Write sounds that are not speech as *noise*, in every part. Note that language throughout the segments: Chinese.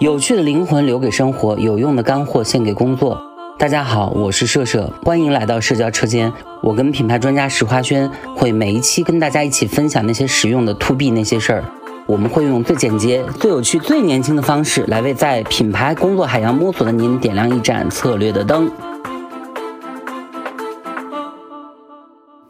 有趣的灵魂留给生活，有用的干货献给工作。大家好，我是社社，欢迎来到社交车间。我跟品牌专家石花轩会每一期跟大家一起分享那些实用的 to B 那些事儿。我们会用最简洁、最有趣、最年轻的方式，来为在品牌工作海洋摸索的您点亮一盏策略的灯。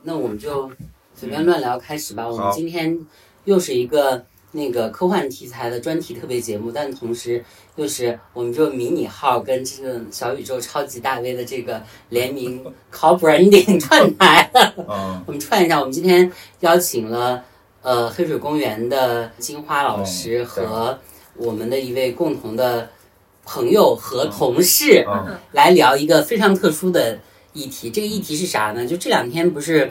那我们就随便乱聊开始吧。我们好今天又是一个那个科幻题材的专题特别节目，但同时又是我们这个迷你号跟这个小宇宙超级大 V 的这个联 *laughs* 名考 branding 串台。嗯，我们串一下，我们今天邀请了呃黑水公园的金花老师嗯和我们的一位共同的朋友和同事嗯来聊一个非常特殊的议题。这个议题是啥呢？就这两天不是《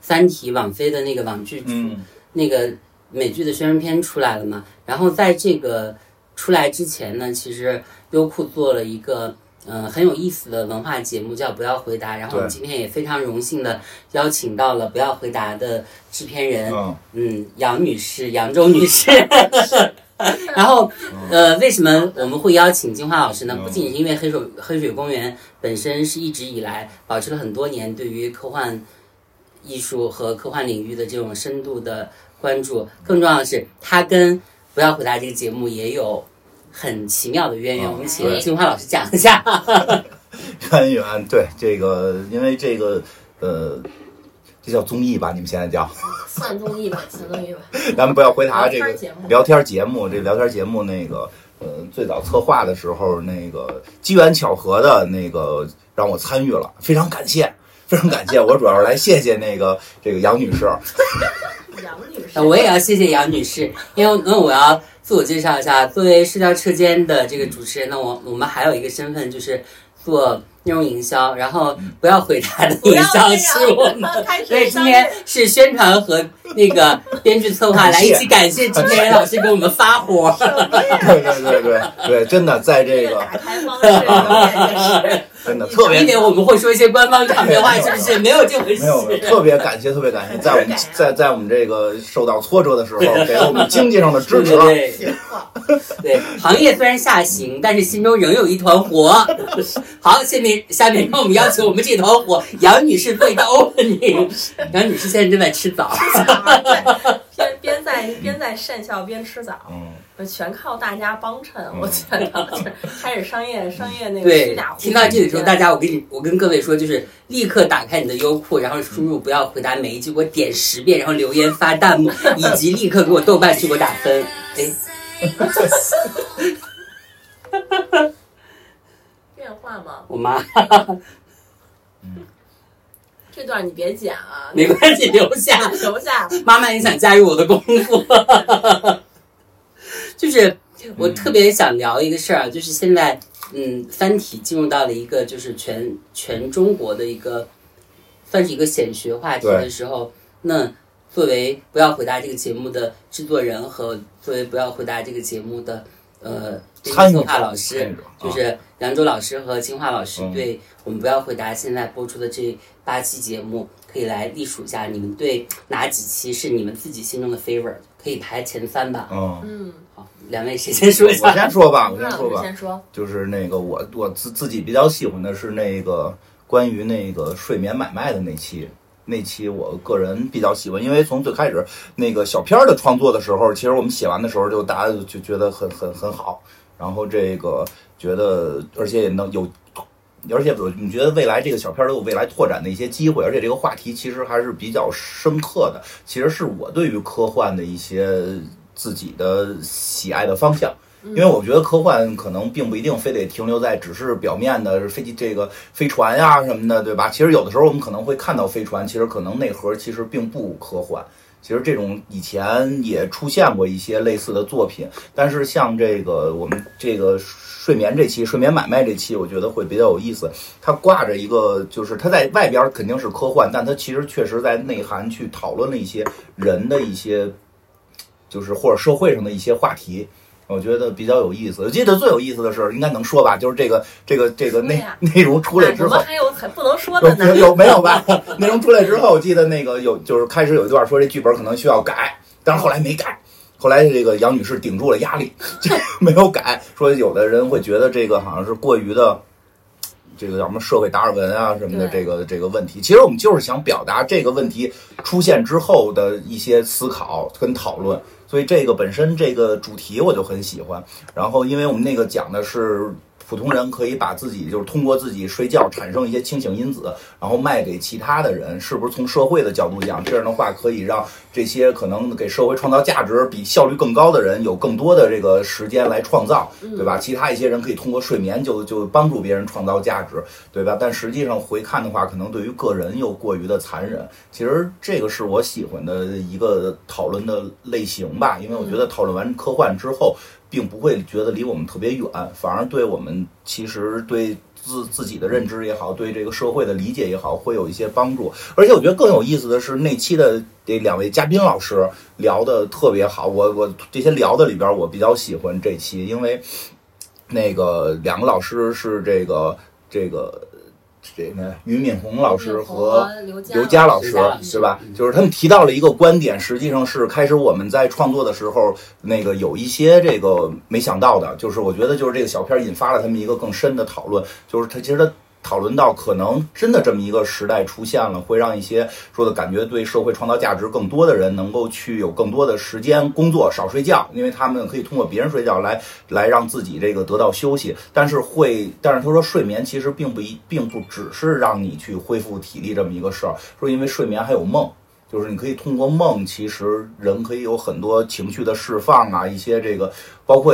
三体》网飞的那个网剧嗯那个美剧的宣传片出来了嘛，然后在这个出来之前呢，其实优酷做了一个嗯、呃很有意思的文化节目，叫《不要回答》。然后我们对今天也非常荣幸的邀请到了《不要回答》的制片人，嗯，嗯，杨女士，扬州女 *laughs* 士。然后，嗯呃，为什么我们会邀请金花老师呢？不仅是因为黑水黑水公园本身是一直以来保持了很多年对于科幻艺术和科幻领域的这种深度的关注，更重要的是，它跟《不要回答》这个节目也有很奇妙的渊源。嗯我们请金花老师讲一下。渊源对这个，因为这个呃，这叫综艺吧？你们现在叫，算综艺吧，算综艺吧。咱们不要回答这聊个天节目聊天节目，这聊天节目那个呃，最早策划的时候，那个机缘巧合的那个让我参与了，非常感谢。非常感谢，我主要是来谢谢那个这个杨女士，杨女士，呃我也要谢谢杨女士，因为因为我要自我介绍一下，作为社交车间的这个主持人呢，我我们还有一个身份就是做内容营销，然后不要回答的不营要这销是 *laughs* 我们。样，开所以始今商天业。是宣传和那个编剧策划来一起感谢制片人老师给我们发火。对对对对对，真的在这这个个打开方式，真 *laughs* 的是真的特别一点我们会说一些官方场面话，是不是？没有这回事 *laughs* 没。有没有，特别感谢，特别感谢，在我们在在我们这个受到挫折的时候，给了我们经济上的对支 *laughs* 持对。对。行话。对，行业虽然下行，但是心中仍有一团火。好，下面下面让我们邀请我们这团火杨女士做一个 opening。杨女士现在正在吃枣，对边边在边在善笑边吃枣，嗯，全靠大家帮衬。我觉得就是开始商业商业那个虚对假，互听到这里的时候，对大家我跟你我跟各位说，就是立刻打开你的优酷，然后输入不要回答每一句，给我点十遍，然后留言发弹幕，以及立刻给我豆瓣去给我打分。哎，变化嘛，我妈这段你别剪啊，没关系，留 *laughs* 下。留下。妈妈也想加入我的工作， *laughs* 就是我嗯特别想聊一个事儿啊，就是现在，嗯，《三体》进入到了一个就是全全中国的一个算是一个显学话题的时候，那作为《不要回答》这个节目的制作人和作为《不要回答》这个节目的呃参与策者划老师，参与者就啊是扬州老师和金华老师嗯对我们不要回答现在播出的这八期节目，可以来历数一下，你们对哪几期是你们自己心中的 favorite，可以排前三吧。嗯，嗯，好，两位谁先说一我下？先说吧，我那先老说师吧，嗯先说，就是那个我我自自己比较喜欢的是那个关于那个睡眠买卖的那期。那期我个人比较喜欢，因为从最开始那个小片儿的创作的时候，其实我们写完的时候就大家就就觉得很很很好，然后这个觉得而且也能有，而且我觉得未来这个小片儿都有未来拓展的一些机会，而且这个话题其实还是比较深刻的，其实是我对于科幻的一些自己的喜爱的方向。因为我觉得科幻可能并不一定非得停留在只是表面的飞机这个飞船呀、什么的，对吧？其实有的时候我们可能会看到飞船，其实可能内核其实并不科幻。其实这种以前也出现过一些类似的作品，但是像这个我们这个睡眠这期、睡眠买卖这期，我觉得会比较有意思。它挂着一个，就是它在外边肯定是科幻，但它其实确实在内涵去讨论了一些人的一些，就是或者社会上的一些话题。我觉得比较有意思。我记得最有意思的是，应该能说吧，就是这个这个这个内对呀内容出来那之怎后么，啊还有还不能说的呢有？有没有吧？内容出来之后，我记得那个有就是开始有一段说这剧本可能需要改，但是后来没改，后后来这个杨女士顶住了压力，就 *laughs* 没有改。说有的人会觉得这个好像是过于的，这个叫什么社会达尔文啊什么的对这个这个问题。其实我们就是想表达这个问题出现之后的一些思考跟讨论。所以这个本身这个主题我就很喜欢。然后因为我们那个讲的是。普通人可以把自己就是通过自己睡觉产生一些清醒因子，然后卖给其他的人，是不是从社会的角度讲，这样的话可以让这些可能给社会创造价值、比效率更高的人有更多的这个时间来创造，对吧？其他一些人可以通过睡眠就就帮助别人创造价值，对吧？但实际上回看的话，可能对于个人又过于的残忍。其实这个是我喜欢的一个讨论的类型吧，因为我觉得讨论完科幻之后，并不会觉得离我们特别远，反而对我们其实对。自自己的认知也好，对这个社会的理解也好，会有一些帮助。而且我觉得更有意思的是，那期的这两位嘉宾老师聊的特别好。我我这些聊的里边，我比较喜欢这期，因为那个两个老师是这个这个这个俞敏洪老师和刘刘佳老师师老是吧？就是他们提到了一个观点，实际上是开始我们在创作的时候，那个有一些这个没想到的，就是我觉得就是这个小片儿引发了他们一个更深的讨论，就是他其实他。讨论到可能真的这么一个时代出现了，会让一些说的感觉对社会创造价值更多的人，能够去有更多的时间工作，少睡觉，因为他们可以通过别人睡觉来来让自己这个得到休息。但是会，但是他说睡眠其实并不一，并不只是让你去恢复体力这么一个事儿，说因为睡眠还有梦。就是你可以通过梦，其实人可以有很多情绪的释放啊，一些这个，包括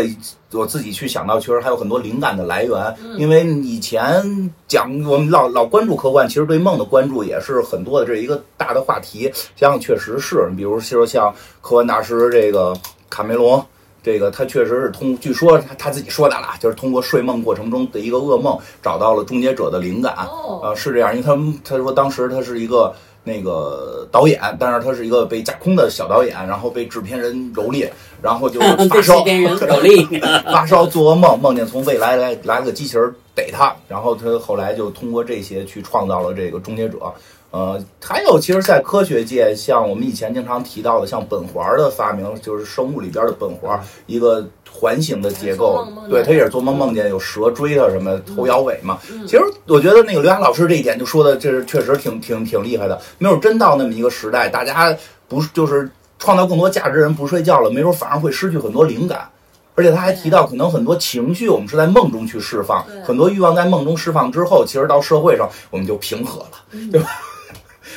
我自己去想到，其实还有很多灵感的来源。因为以前讲我们老老关注科幻，其实对梦的关注也是很多的，这一个大的话题。想想确实是，你比如说像科幻大师这个卡梅隆，这个他确实是通，据说他他自己说的啦，就是通过睡梦过程中的一个噩梦，找到了终结者的灵感。哦，啊，是这样，因为他们他说当时他是一个那个导演，但是他是一个被架空的小导演，然后被制片人蹂躏，然后就发对烧这， *laughs* 边人蹂躏。发烧做噩梦，梦见从未来来来了个机器人逮他，然后他后来就通过这些去创造了这个终结者。呃，还有，其实，在科学界，像我们以前经常提到的，像苯环的发明，就是生物里边的苯环，一个环形的结做构梦梦，见对，他也是做梦梦见有蛇追他什么头摇尾嘛。嗯其实我觉得那个刘洋老师这一点就说的，这是确实挺挺挺厉害的。没有真到那么一个时代，大家不是就是创造更多价值的人不睡觉了，没准反而会失去很多灵感。而且他还提到，可能很多情绪我们是在梦中去释放，对很多欲望在梦中释放之后，其实到社会上我们就平和了，对吧？ *laughs*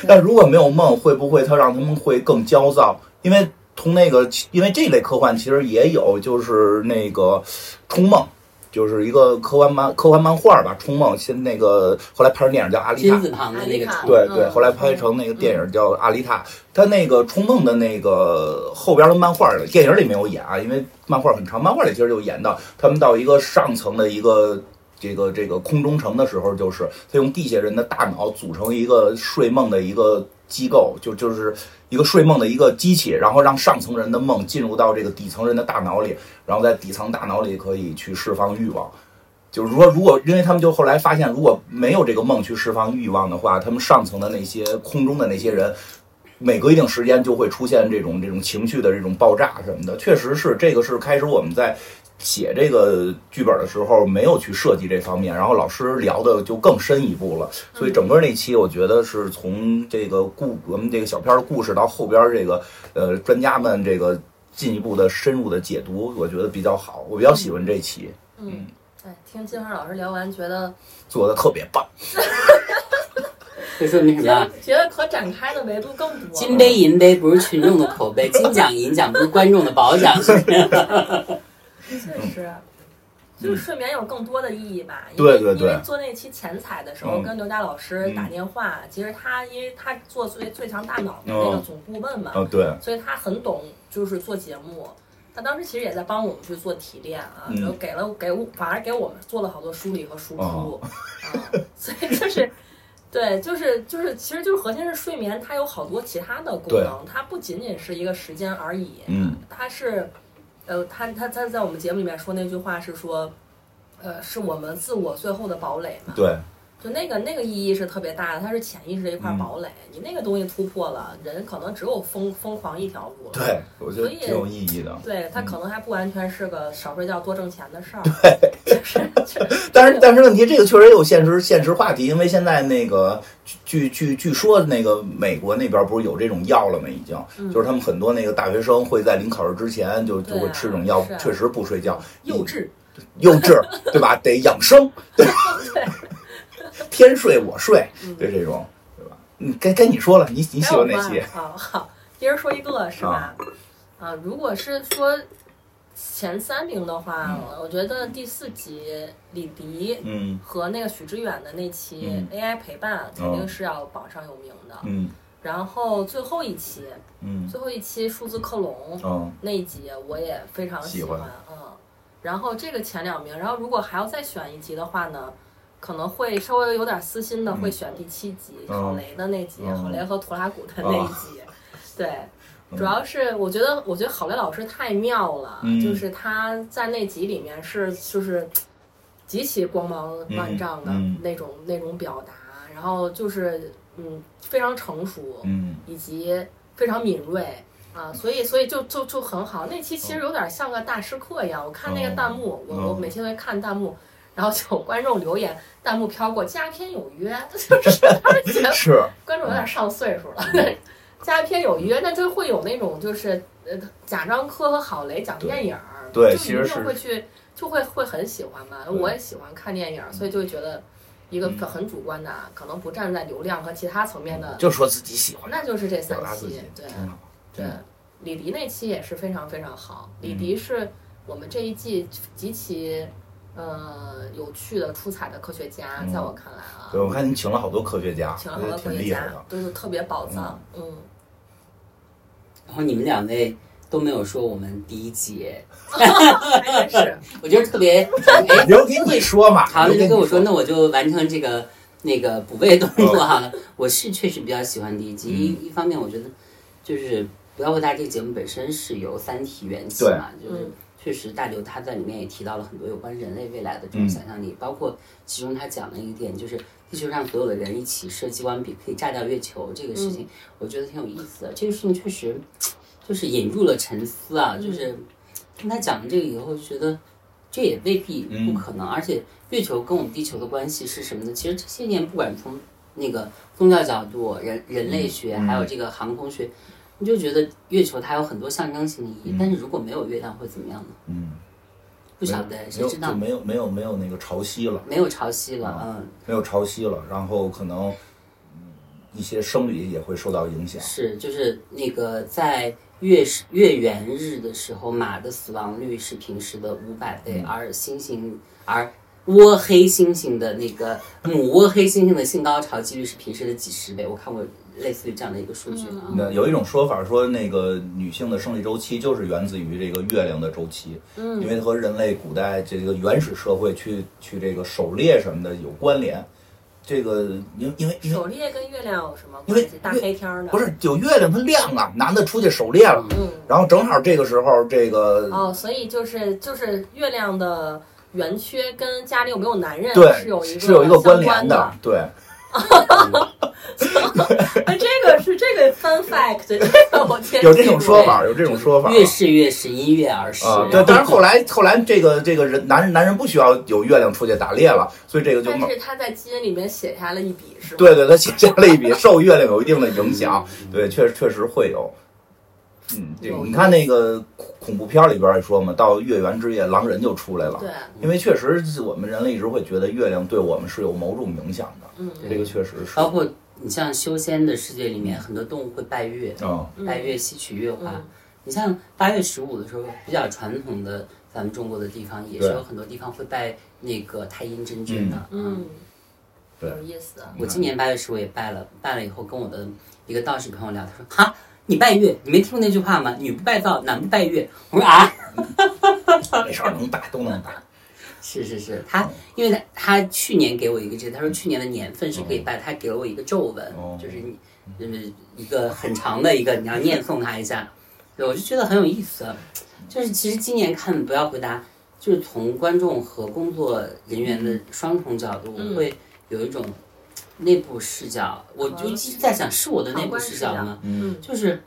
但如果没有梦，会不会他让他们会更焦躁？因为从那个，因为这类科幻其实也有，就是那个冲梦。就是一个科幻漫科幻漫画吧，《冲梦》先那个后来拍成电影叫《阿丽金》，塔字旁的那个虫，对嗯对，后来拍成那个电影叫《阿丽塔》，他那个《冲梦》的那个后边的漫画里，电影里没有演啊，因为漫画很长，漫画里其实就演到他们到一个上层的一个。这个这个空中城的时候，就是他用地下人的大脑组成一个睡梦的一个机构，就就是一个睡梦的一个机器，然后让上层人的梦进入到这个底层人的大脑里，然后在底层大脑里可以去释放欲望。就是说，如果因为他们就后来发现，如果没有这个梦去释放欲望的话，他们上层的那些空中的那些人，每隔一定时间就会出现这种这种情绪的这种爆炸什么的。确实是，这个是开始我们在写这个剧本的时候没有去设计这方面，然后老师聊的就更深一步了。所以整个那期，我觉得是从这个故我们这个小片儿的故事到后边儿这个呃专家们这个进一步的深入的解读，我觉得比较好，我比较喜欢这期。嗯，哎，听金花老师聊完，觉得做的特别棒。就说明什觉么啊得？觉得可展开的维度更多了。金杯银杯不是群众的口碑，金奖银奖不是观众的 *laughs* 褒奖，是不是？确实，就是睡眠有更多的意义吧。因对对为对因为做那期前采的时候，嗯跟刘佳老师打电话，其实他因为他做最最强大脑的那个哦总顾问嘛，啊，对，所以他很懂，就是做节目。他当时其实也在帮我们去做提炼啊，嗯就给了给我，反而给我们做了好多梳理和输出、哦啊，所以就是。对，就是就是，其实就是核心是睡眠，它有好多其他的功能，它不仅仅是一个时间而已。嗯他是，呃，他他他在我们节目里面说那句话是说，呃，是我们自我最后的堡垒嘛。对，就那个那个意义是特别大的，它是潜意识的一块嗯堡垒。你那个东西突破了，人可能只有疯疯狂一条路了。对，我觉得所以挺有意义的。对，它可能还不完全是个少睡觉多挣钱的事儿。对，就是就是但是但是问题，这个确实也有现实现实话题，因为现在那个据据据说那个美国那边不是有这种药了吗？已经，嗯就是他们很多那个大学生会在临考试之前就就对啊会吃这种药是，啊确实不睡觉，幼稚，幼 *laughs* 稚，对吧？得养生， *laughs* 对吧？天睡我睡，嗯就这种，对吧？你该该你说了，你你喜欢哪些？啊？好，一人说一个是吧？啊，如果是说前三名的话，我觉得第四集李迪嗯和那个许知远的那期嗯 AI 陪伴啊肯定是要榜上有名的。嗯然后最后一期，嗯最后一期数字克隆嗯那一集我也非常喜喜欢嗯。然后这个前两名，然后如果还要再选一集的话呢，可能会稍微有点私心的，嗯会选第七集嗯郝雷的那集，嗯郝雷和图拉古的那一 *laughs* 集。对，主要是我觉得，我觉得郝雷老师太妙了，嗯就是他在那集里面是就是极其光芒万丈的嗯嗯那种、那种表达，然后就是嗯非常成熟，嗯以及非常敏锐啊，所以所以就就就很好。那期其实有点像个大师课一样，我看那个弹幕，哦我我嗯每天都会看弹幕，然后就有观众留言，弹幕飘过“佳片有约”，就是 *laughs* 他们觉得是，观众有点上岁数嗯了。佳片有约，那就会有那种就是呃，贾樟柯和郝蕾讲电影儿，对就其实一是定会去，就会会很喜欢吧。我也喜欢看电影儿，所以就会觉得一个嗯很主观的，可能不站在流量和其他层面的就说自己喜欢，那就是这三表达自期己，，嗯对挺好，对真的。李迪那期也是非常非常好，嗯李迪是我们这一季极其呃有趣的、出彩的科学家，嗯在我看来啊，对，我看你请了好多科学家，请了好多我觉得科挺学厉害家的。，都是特别宝藏，嗯， *laughs* 然后你们两位都没有说我们第一节，还真是，我觉得特别哎， *laughs* 留给你说嘛，好，留那给就你跟我说，那我就完成这个那个补位动作好了。 *laughs* 我是确实比较喜欢第一集，一一方面我觉得就是不要回答这个节目本身是由《三体》缘起嘛，就是嗯确实大刘他在里面也提到了很多有关人类未来的这种想象力，包括其中他讲了一点就是地球上所有的人一起设计完笔可以炸掉月球这个事情，我觉得挺有意思的。这个事情确实就是引入了沉思啊，就是听他讲这个以后就觉得。这也未必不嗯可能，而且月球跟我们地球的关系是什么呢？其实这些年，不管从那个宗教角度、人人嗯类学，还有这个航空学，你就觉得月球它有很多象征性的意义。但是如果没有月亮会怎么样呢？嗯，不晓得，没谁有知道就？没有没有没有那个潮汐了，没有潮汐了，嗯，没有潮汐了，然后可能嗯一些生理也会受到影响。是就是那个在月是月圆日的时候，马的死亡率是平时的五百倍，而猩猩而窝黑猩猩的那个母窝黑猩猩的性高潮几率是平时的几十倍。我看过类似于这样的一个数据嗯啊。那有一种说法说，那个女性的生理周期就是源自于这个月亮的周期，嗯，因为和人类古代这个原始社会去去这个狩猎什么的有关联。这个因因为因为狩猎跟月亮有什么因为关系？大黑天儿的，不，是有月亮它亮啊，男的出去狩猎了，嗯，然后正好这个时候这个哦，所以就是就是月亮的圆缺跟家里有没有男人对是有一个是有一个相关联的，，对，哎，这个是这个 fun fact，*laughs* 这个我天有这种说法，有这种说法。月是月是，因月而食。啊，对，但是后来后来这个这个人男人男人不需要有月亮出去打猎了，所以这个就但是他在基因里面写下了一笔，是吧？对对，他写下了一笔，受月亮有一定的影响，对，确实确实会有。嗯，这个有你看那个恐恐怖片里边也说嘛，到月圆之夜，狼人就出来了。对，因为确实是我们人类一直会觉得月亮对我们是有某种影响的，嗯，这个确实是。包括你像修仙的世界里面，很多动物会拜月，嗯拜月吸取月华。嗯你像八月十五的时候，比较传统的咱们中国的地方，也是对有很多地方会拜那个太阴真君的。嗯，对有意思。我今年八月十五也拜了，拜了以后跟我的一个道士朋友聊，他说：“哈，你拜月，你没听过那句话吗？女不拜灶，男不拜月。”我说啊，嗯没事儿，能打都能打。是是是，他因为他他去年给我一个这个，他说去年的年份是可以拜，他给了我一个皱纹，哦就是你就是一个很长的一个，你要念诵他一下，对，我就觉得很有意思。就是其实今年看不要回答，就是从观众和工作人员的双重角度，我会有一种内部视角，我就一直在想，是我的内旁部观视视角角吗？嗯就是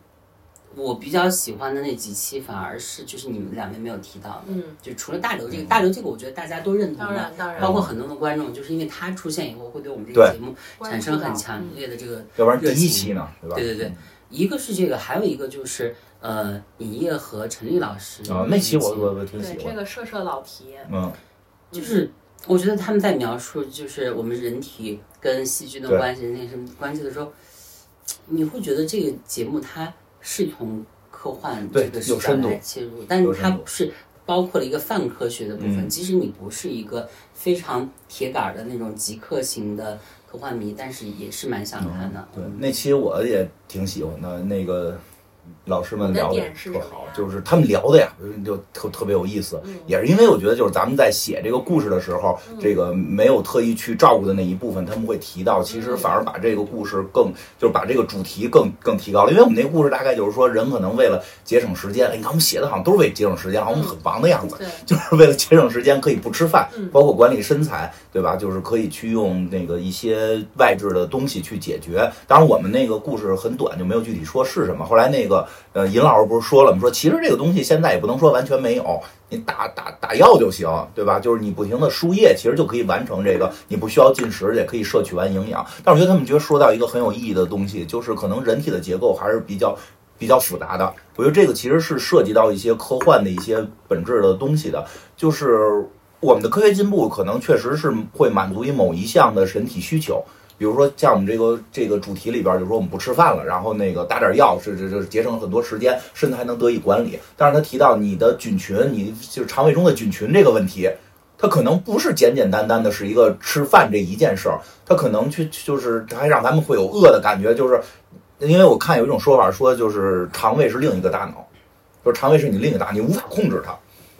我比较喜欢的那几期，反而是就是你们两位没有提到的，嗯，就除了大刘这个，大刘这个我觉得大家都认同当的，然当然，包括很多的观众，就是因为他出现以后，会对我们这个对节目关产注生很到嗯强烈的这个要不然第一期呢，对吧？对对对，一个是这个，还有一个就是呃，尹烨和陈丽老师啊，那期我我我挺对喜这欢，个社社老题，嗯，就是我觉得他们在描述就是我们人体跟细菌的对关系、那什么关系的时候，你会觉得这个节目它是从科幻对这个视有角深度来切入，但是有它深度不是。包括了一个泛科学的部分，嗯即使你不是一个非常铁杆儿的那种极客型的科幻迷，但是也是蛮想嗯看的。嗯对，那期我也挺喜欢的，那个老师们聊你的的点是特什么好呀，嗯就是他们聊的呀，就特特别有意思。也是因为我觉得，就是咱们在写这个故事的时候，这个没有特意去照顾的那一部分，他们会提到，其嗯实反而把这个故事更，就是把这个主题更更提高了。因为我们那个故事大概就是说，人可能为了节省时间，哎你看我们写的好像都是为节省时间，好像我嗯们很忙的样子。对，就是为了节省时间，可以不吃饭嗯，包括管理身材，对吧？就是可以去用那个一些外置的东西去解决。当然，我们那个故事很短，就没有具体说是什么。后来那个呃，尹老师不是说了吗？说其实这个东西现在也不能说完全没有，你打打打药就行，对吧？就是你不停的输液，其实就可以完成这个，你不需要进食，也可以摄取完营养。但我觉得他们觉得说到一个很有意义的东西，就是可能人体的结构还是比较比较复杂的。我觉得这个其实是涉及到一些科幻的一些本质的东西的，就是我们的科学进步可能确实是会满足于某一项的人体需求。比如说，像我们这个这个主题里边，就说我们不吃饭了，然后那个打点药，是这这节省了很多时间，身材还能得以管理。但是他提到你的菌群，你就是肠胃中的菌群这个问题，它可能不是简简单单的是一个吃饭这一件事儿，它可能去就是还让咱们会有饿的感觉，就是因为我看有一种说法说，就是肠胃是另一个大脑，就是肠胃是你另一个大，你无法控制它，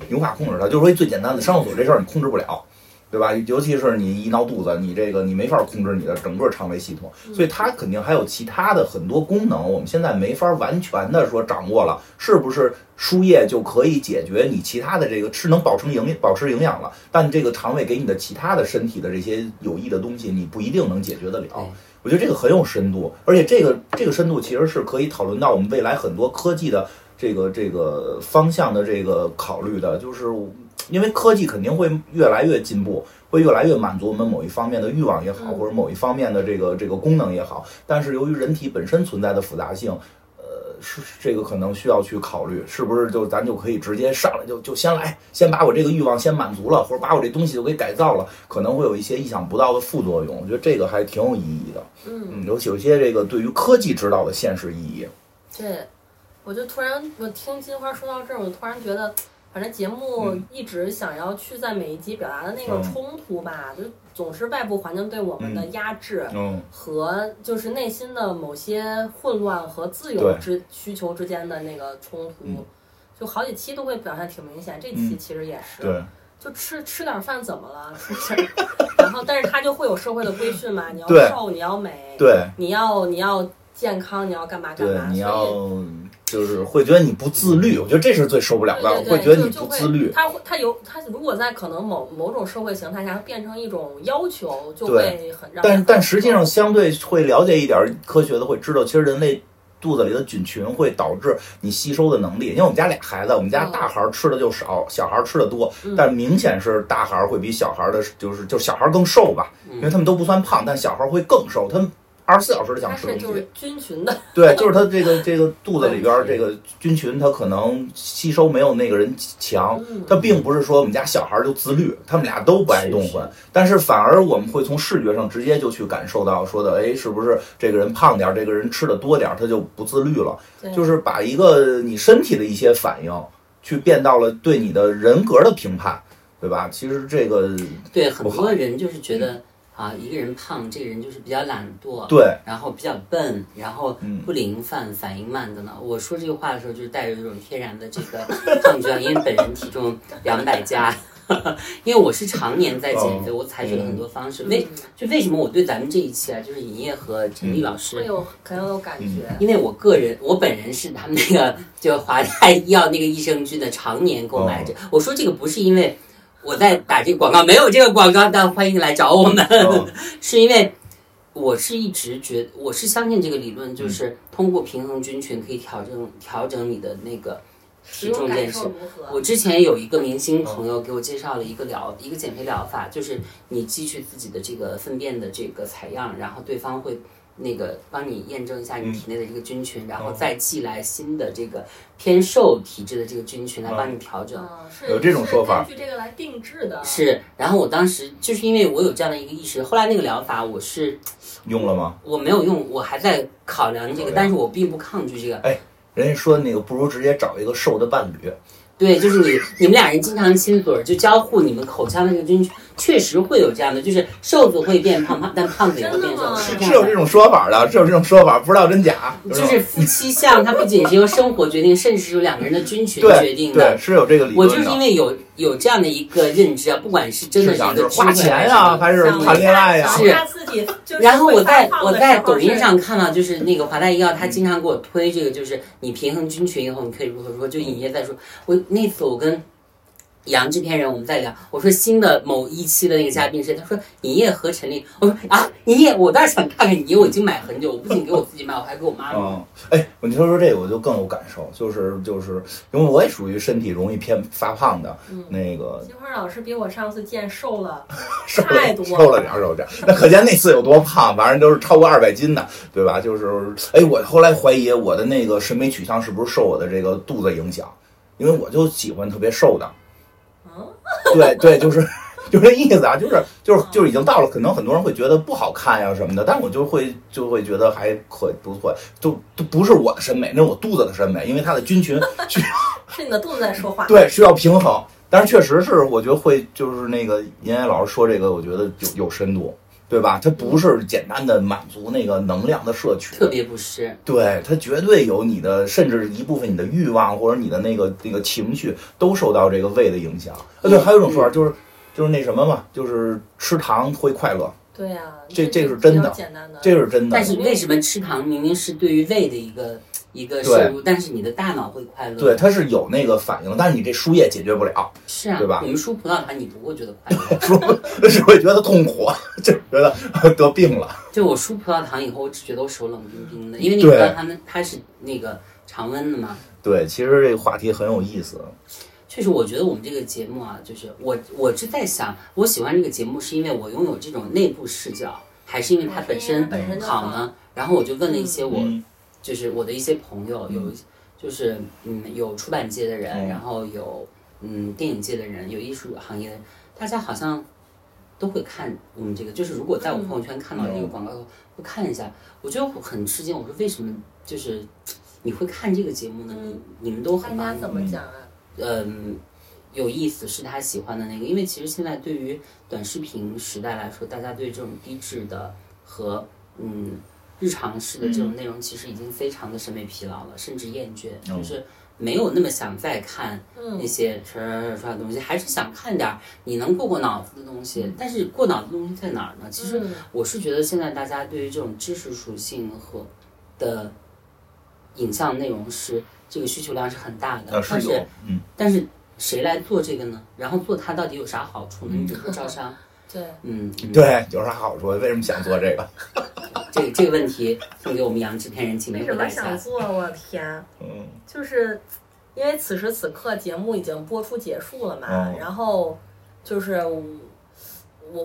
你无法控制它。就是说最简单的上厕所这事儿你控制不了，对吧？尤其是你一闹肚子，你这个你没法控制你的整个肠胃系统，所以它肯定还有其他的很多功能，我们现在没法完全的说掌握了，是不是输液就可以解决你其他的这个是能保持营保持营养了，但这个肠胃给你的其他的身体的这些有益的东西，你不一定能解决得了。对我觉得这个很有深度，而且这个这个深度其实是可以讨论到我们未来很多科技的这个这个方向的这个考虑的，就是因为科技肯定会越来越进步，会越来越满足我们某一方面的欲望也好，嗯或者某一方面的这个这个功能也好，但是由于人体本身存在的复杂性。呃，是这个可能需要去考虑，是不是就咱就可以直接上来就就先来，先把我这个欲望先满足了，或者把我这东西就给改造了，可能会有一些意想不到的副作用。我觉得这个还挺有意义的。嗯，嗯，有有些这个对于科技指导的现实意义，对，我就突然我听金花说到这儿，我就突然觉得，反正节目嗯一直想要去在每一集表达的那个嗯冲突吧，就总是外部环境对我们的压制。嗯，和就是内心的某些混乱和自由对之需求之间的那个冲突，嗯就好几期都会表现挺明显。这期嗯其实也是，对，就吃吃点饭怎么了？是不是？ *laughs* 然后，但是他就会有社会的规训嘛，你要对瘦，你要美，对你要你要健康，你要干嘛干对嘛，，你要所以。就是会觉得你不自律，我觉得这是最受不了的，对对会觉得你不自律，他会他有他如果在可能某某种社会形态下变成一种要求，就对会很让人但很但实际上相对会了解一点儿科学的会知道，其实人类。肚子里的菌群会导致你吸收的能力，因为我们家俩孩子，我们家嗯大孩儿吃的就少，小孩儿吃的多，嗯但明显是大孩儿会比小孩儿的，就是就小孩儿更瘦吧，嗯因为他们都不算胖，但小孩儿会更瘦，他们二十四小时都想他吃是东西。就是菌群的，对，就是 *laughs* 他这个这个肚子里边儿嗯这个菌群，他可能吸收没有那个人强。嗯，他并不是说我们家小孩儿就自律，他们俩都不爱动是换，但是反而我们会从视觉上直接就去感受到，说的哎，是不是这个人胖点儿，这个人吃的多点儿，他就不自律了。对就是把一个你身体的一些反应，去变到了对你的人格的评判，对吧？其实 *laughs* 这个对，很不好嗯多人就是觉得啊，一个人胖，这个人就是比较懒惰，对，然后比较笨，然后嗯不灵饭，反应慢等等。我说这个话的时候，就是带有一种天然的这个抗拒啊，因为本人体重两百加。 *laughs* 因为我是常年在减哦肥，我采取了很多方嗯式。为就为什么我对咱们这一期啊，就是尹烨和陈嗯丽老师会，有很有感觉，因为我个人我本人是他们那个就华泰医药那个益生菌的常年购买者。我说这个不是因为我在打这个广告，没有这个广告，但欢迎来找我们。是因为我是一直觉得，我是相信这个理论，就是通过平衡菌群可以调整调整你的那个体重感变受式。如何？我之前有一个明星哦朋友给我介绍了一个疗一个减肥疗法，就是你汲取自己的这个粪便的这个采样，然后对方会那个帮你验证一下嗯你体内的这个菌群，哦然后再寄来新的这个偏瘦体质的这个菌群哦来帮你调整。嗯，是有这种说法是根据这个来定制的。是，然后我当时就是因为我有这样的一个意识，后来那个疗法我是用了吗？我没有用，我还在考量这考个，量但是我并不抗拒这个。人家说那个不如直接找一个瘦的伴侣，对，就是你你们俩人经常亲嘴儿，就交互你们口腔的这个菌群，确实会有这样的，就是瘦子会变胖胖，但胖子也会变真的瘦，吗是这是样有这的。种说法的，是有这种说法，不知道真假。有这就种是夫妻相，它不仅是由生活决定，甚至是由两个人的菌群决对定的对，。是有这个理我论就是因的。为有有这样的一个认知啊，不管是真的是是一想就个是花智慧钱还是呀，还是谈恋爱啊呀？是想一下自己就是然后我会发在胖我的在时候抖音是上看到，就是那个华大医药，他经常给我推这个，就是你平衡菌群以后，你可以如何如何。就尹烨在说，我那次我跟杨制片人我们在聊，我说新的某一期的那个嘉宾是谁，他说尹烨和陈琳，我说啊，尹烨，我倒是想看看你，我已经买很久，我不仅给我自己买，我还给我妈买。嗯，哎，我你说说这个，我就更有感受，就是就是因为我也属于身体容易偏发胖的嗯那个，金花老师比我上次见瘦了 *laughs* 瘦太了多瘦了点儿，瘦了点儿。那可见那次有多胖，反正都是超过二百斤的，对吧？就是哎，我后来怀疑我的那个审美取向是不是受我的这个肚子影响，因为我就喜欢特别瘦的。嗯，对对，就是就这意思啊，就是就是就是已经到了，可能很多人会觉得不好看呀、什么的，但我就会就会觉得还可不错，就就不是我的审美，那是我肚子的审美，因为它的菌群需是你的肚子在说话。对需要平衡，但是确实是我觉得会就是那个尹烨老师说这个，我觉得有有深度。对吧？它不是简单的满足那个能量的摄取，特别不是，对，它绝对有你的，甚至一部分你的欲望或者你的那个那个情绪都受到这个胃的影响。啊，对，嗯还有一种说法就是就是那什么嘛，就是吃糖会快乐，对呀，这这是比真较的简单的。这是真嗯的但。是为什么吃糖明明是对于胃的一个一个摄入，但是你的大脑会快乐？对，，它是有那个反应，但是你这输液解决不了， *laughs* 是啊，对吧我们输葡萄糖，你不会觉得快乐。输只会觉得痛苦， *laughs* 就觉得得病了。就我输葡萄糖以后，我只觉得我手冷冰冰的，因为那个葡萄糖它它是那个常温的嘛。对，其实这个话题很有意思。确实，我觉得我们这个节目啊，就是我我是在想，我喜欢这个节目是因为我拥有这种内部视角，还是因为它本因为身它本身就好好呢？然后我就问了一些我、嗯就是我的一些朋友，有就是嗯有出版界的人，嗯然后有嗯电影界的人，有艺术行业的人，大家好像都会看我们这个。就是如果在我朋友圈看到这个嗯广告，会看一下，我就很吃惊，我说为什么就是你会看这个节目呢？你嗯你们都大很家忙怎么讲啊？嗯，有意思是他喜欢的那个，因为其实现在对于短视频时代来说，大家对这种低质的和嗯日常式的这嗯种内容，其实已经非常的审美疲劳了，甚至厌倦，哦就是没有那么想再看嗯那些刷刷刷的东西，还是想看点儿你能过过脑子的东嗯西。但是过脑子的东西在哪儿呢？其实嗯我是觉得现在大家对于这种知识属性和的影像内容是这个需求量是很大的，啊，是但有是，嗯，但是谁来做这个呢？然后做它到底有啥好处呢？嗯你只会招商。 *laughs* 对，嗯，嗯对，有啥好说？为什么想做这个？这个这个问题送给我们杨制片人，请为您什回答么一想下。做？我天，嗯，就是因为此时此刻节目已经播出结束了嘛，嗯然后就是我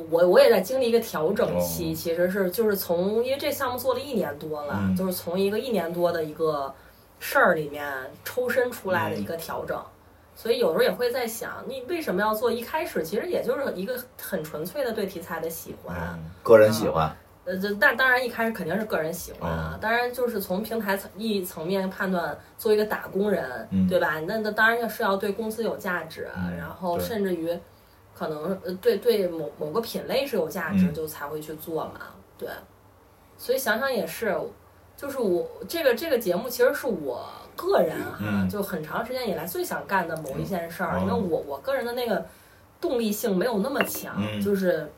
我我也在经历一个调整期，哦其实是就是从因为这项目做了一年多了，嗯就是从一个一年多的一个事儿里面抽身出来嗯的一个调整。所以有时候也会在想，你为什么要做？一开始其实也就是一个很纯粹的对题材的喜欢，嗯个人喜欢，呃，这但当然一开始肯定是个人喜欢哦啊，当然就是从平台层一层面判断，作为一个打工人，嗯对吧？那那当然要是要对公司有价值，嗯然后对甚至于可能呃对对某某个品类是有价值，嗯就才会去做嘛，对。所以想想也是，就是我这个这个节目其实是我个人哈、嗯就很长时间以来最想干的某一件事儿，嗯因为我我个人的那个动力性没有那么强，嗯就是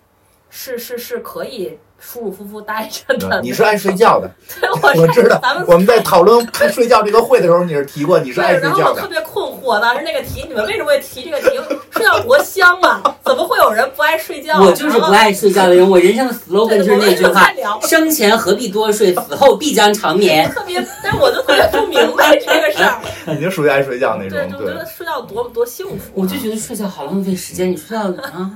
是是是可以舒舒服服待着的。你是爱睡觉的，对，我我知道咱们。我们在讨论睡觉这个会的时候，你是提过你是爱对，睡然后觉我的特。别困火呢？是那个题，你们为什么会提这个题？睡觉多香啊！怎么会有人不爱睡觉？啊 *laughs* 我就是不爱睡觉的人，我人生的 slogan 对就是那句我们话 *laughs* 在聊：生前何必多睡，死后必将长 *laughs* 眠。特别，但是我就特别不明白这个事儿。 *laughs* 你就属于爱睡觉那对，哎种，就觉对得。睡觉多多幸福。啊我就觉得睡觉好浪费时间，你睡觉啊，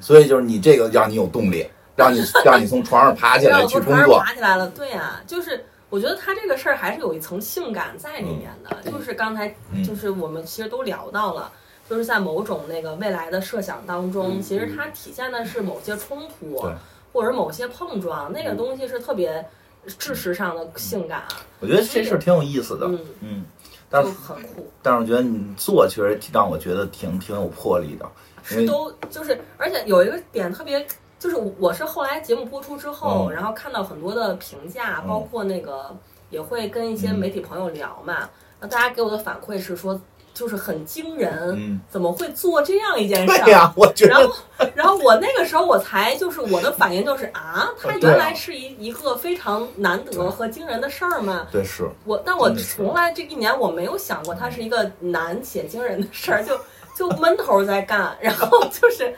所以就是你这个让你有动力，让你 *laughs* 让你从床上爬起让来我去从工床上 *laughs* 作。爬起来了，对呀、就是我觉得他这个事儿还是有一层性感在里面的，就是刚才嗯就是我们其实都聊到了。就是在某种那个未来的设想当中，嗯其实它体现的是某些冲突对，嗯或者某些碰撞，那个东西是特别知识上的性感，啊我觉得这事儿挺有意思的，嗯，嗯，但就是很酷。但是我觉得你做确实挺让我觉得挺挺有魄力的，因为都就是，而且有一个点特别，就是我是后来节目播出之后，嗯然后看到很多的评价，嗯包括那个也会跟一些媒体朋友聊嘛，那大家给我的反馈是说，就是很惊人，嗯，怎么会做这样一件事对儿？呀，我觉然得后，然后我那个时候我才就是我的反应就是啊，它对啊原来是一一个非常难得和惊人的事儿嘛。对是，我，但我真的是从来这一年我没有想过它是一个难且惊人的事儿，就就闷头儿在干，然后就是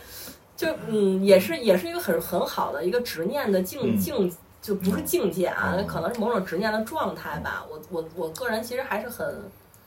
就嗯，也是也是一个很很好的一个执念的境嗯境，就不是境界啊，嗯可能是某种执念的状态吧。我我我个人其实还是很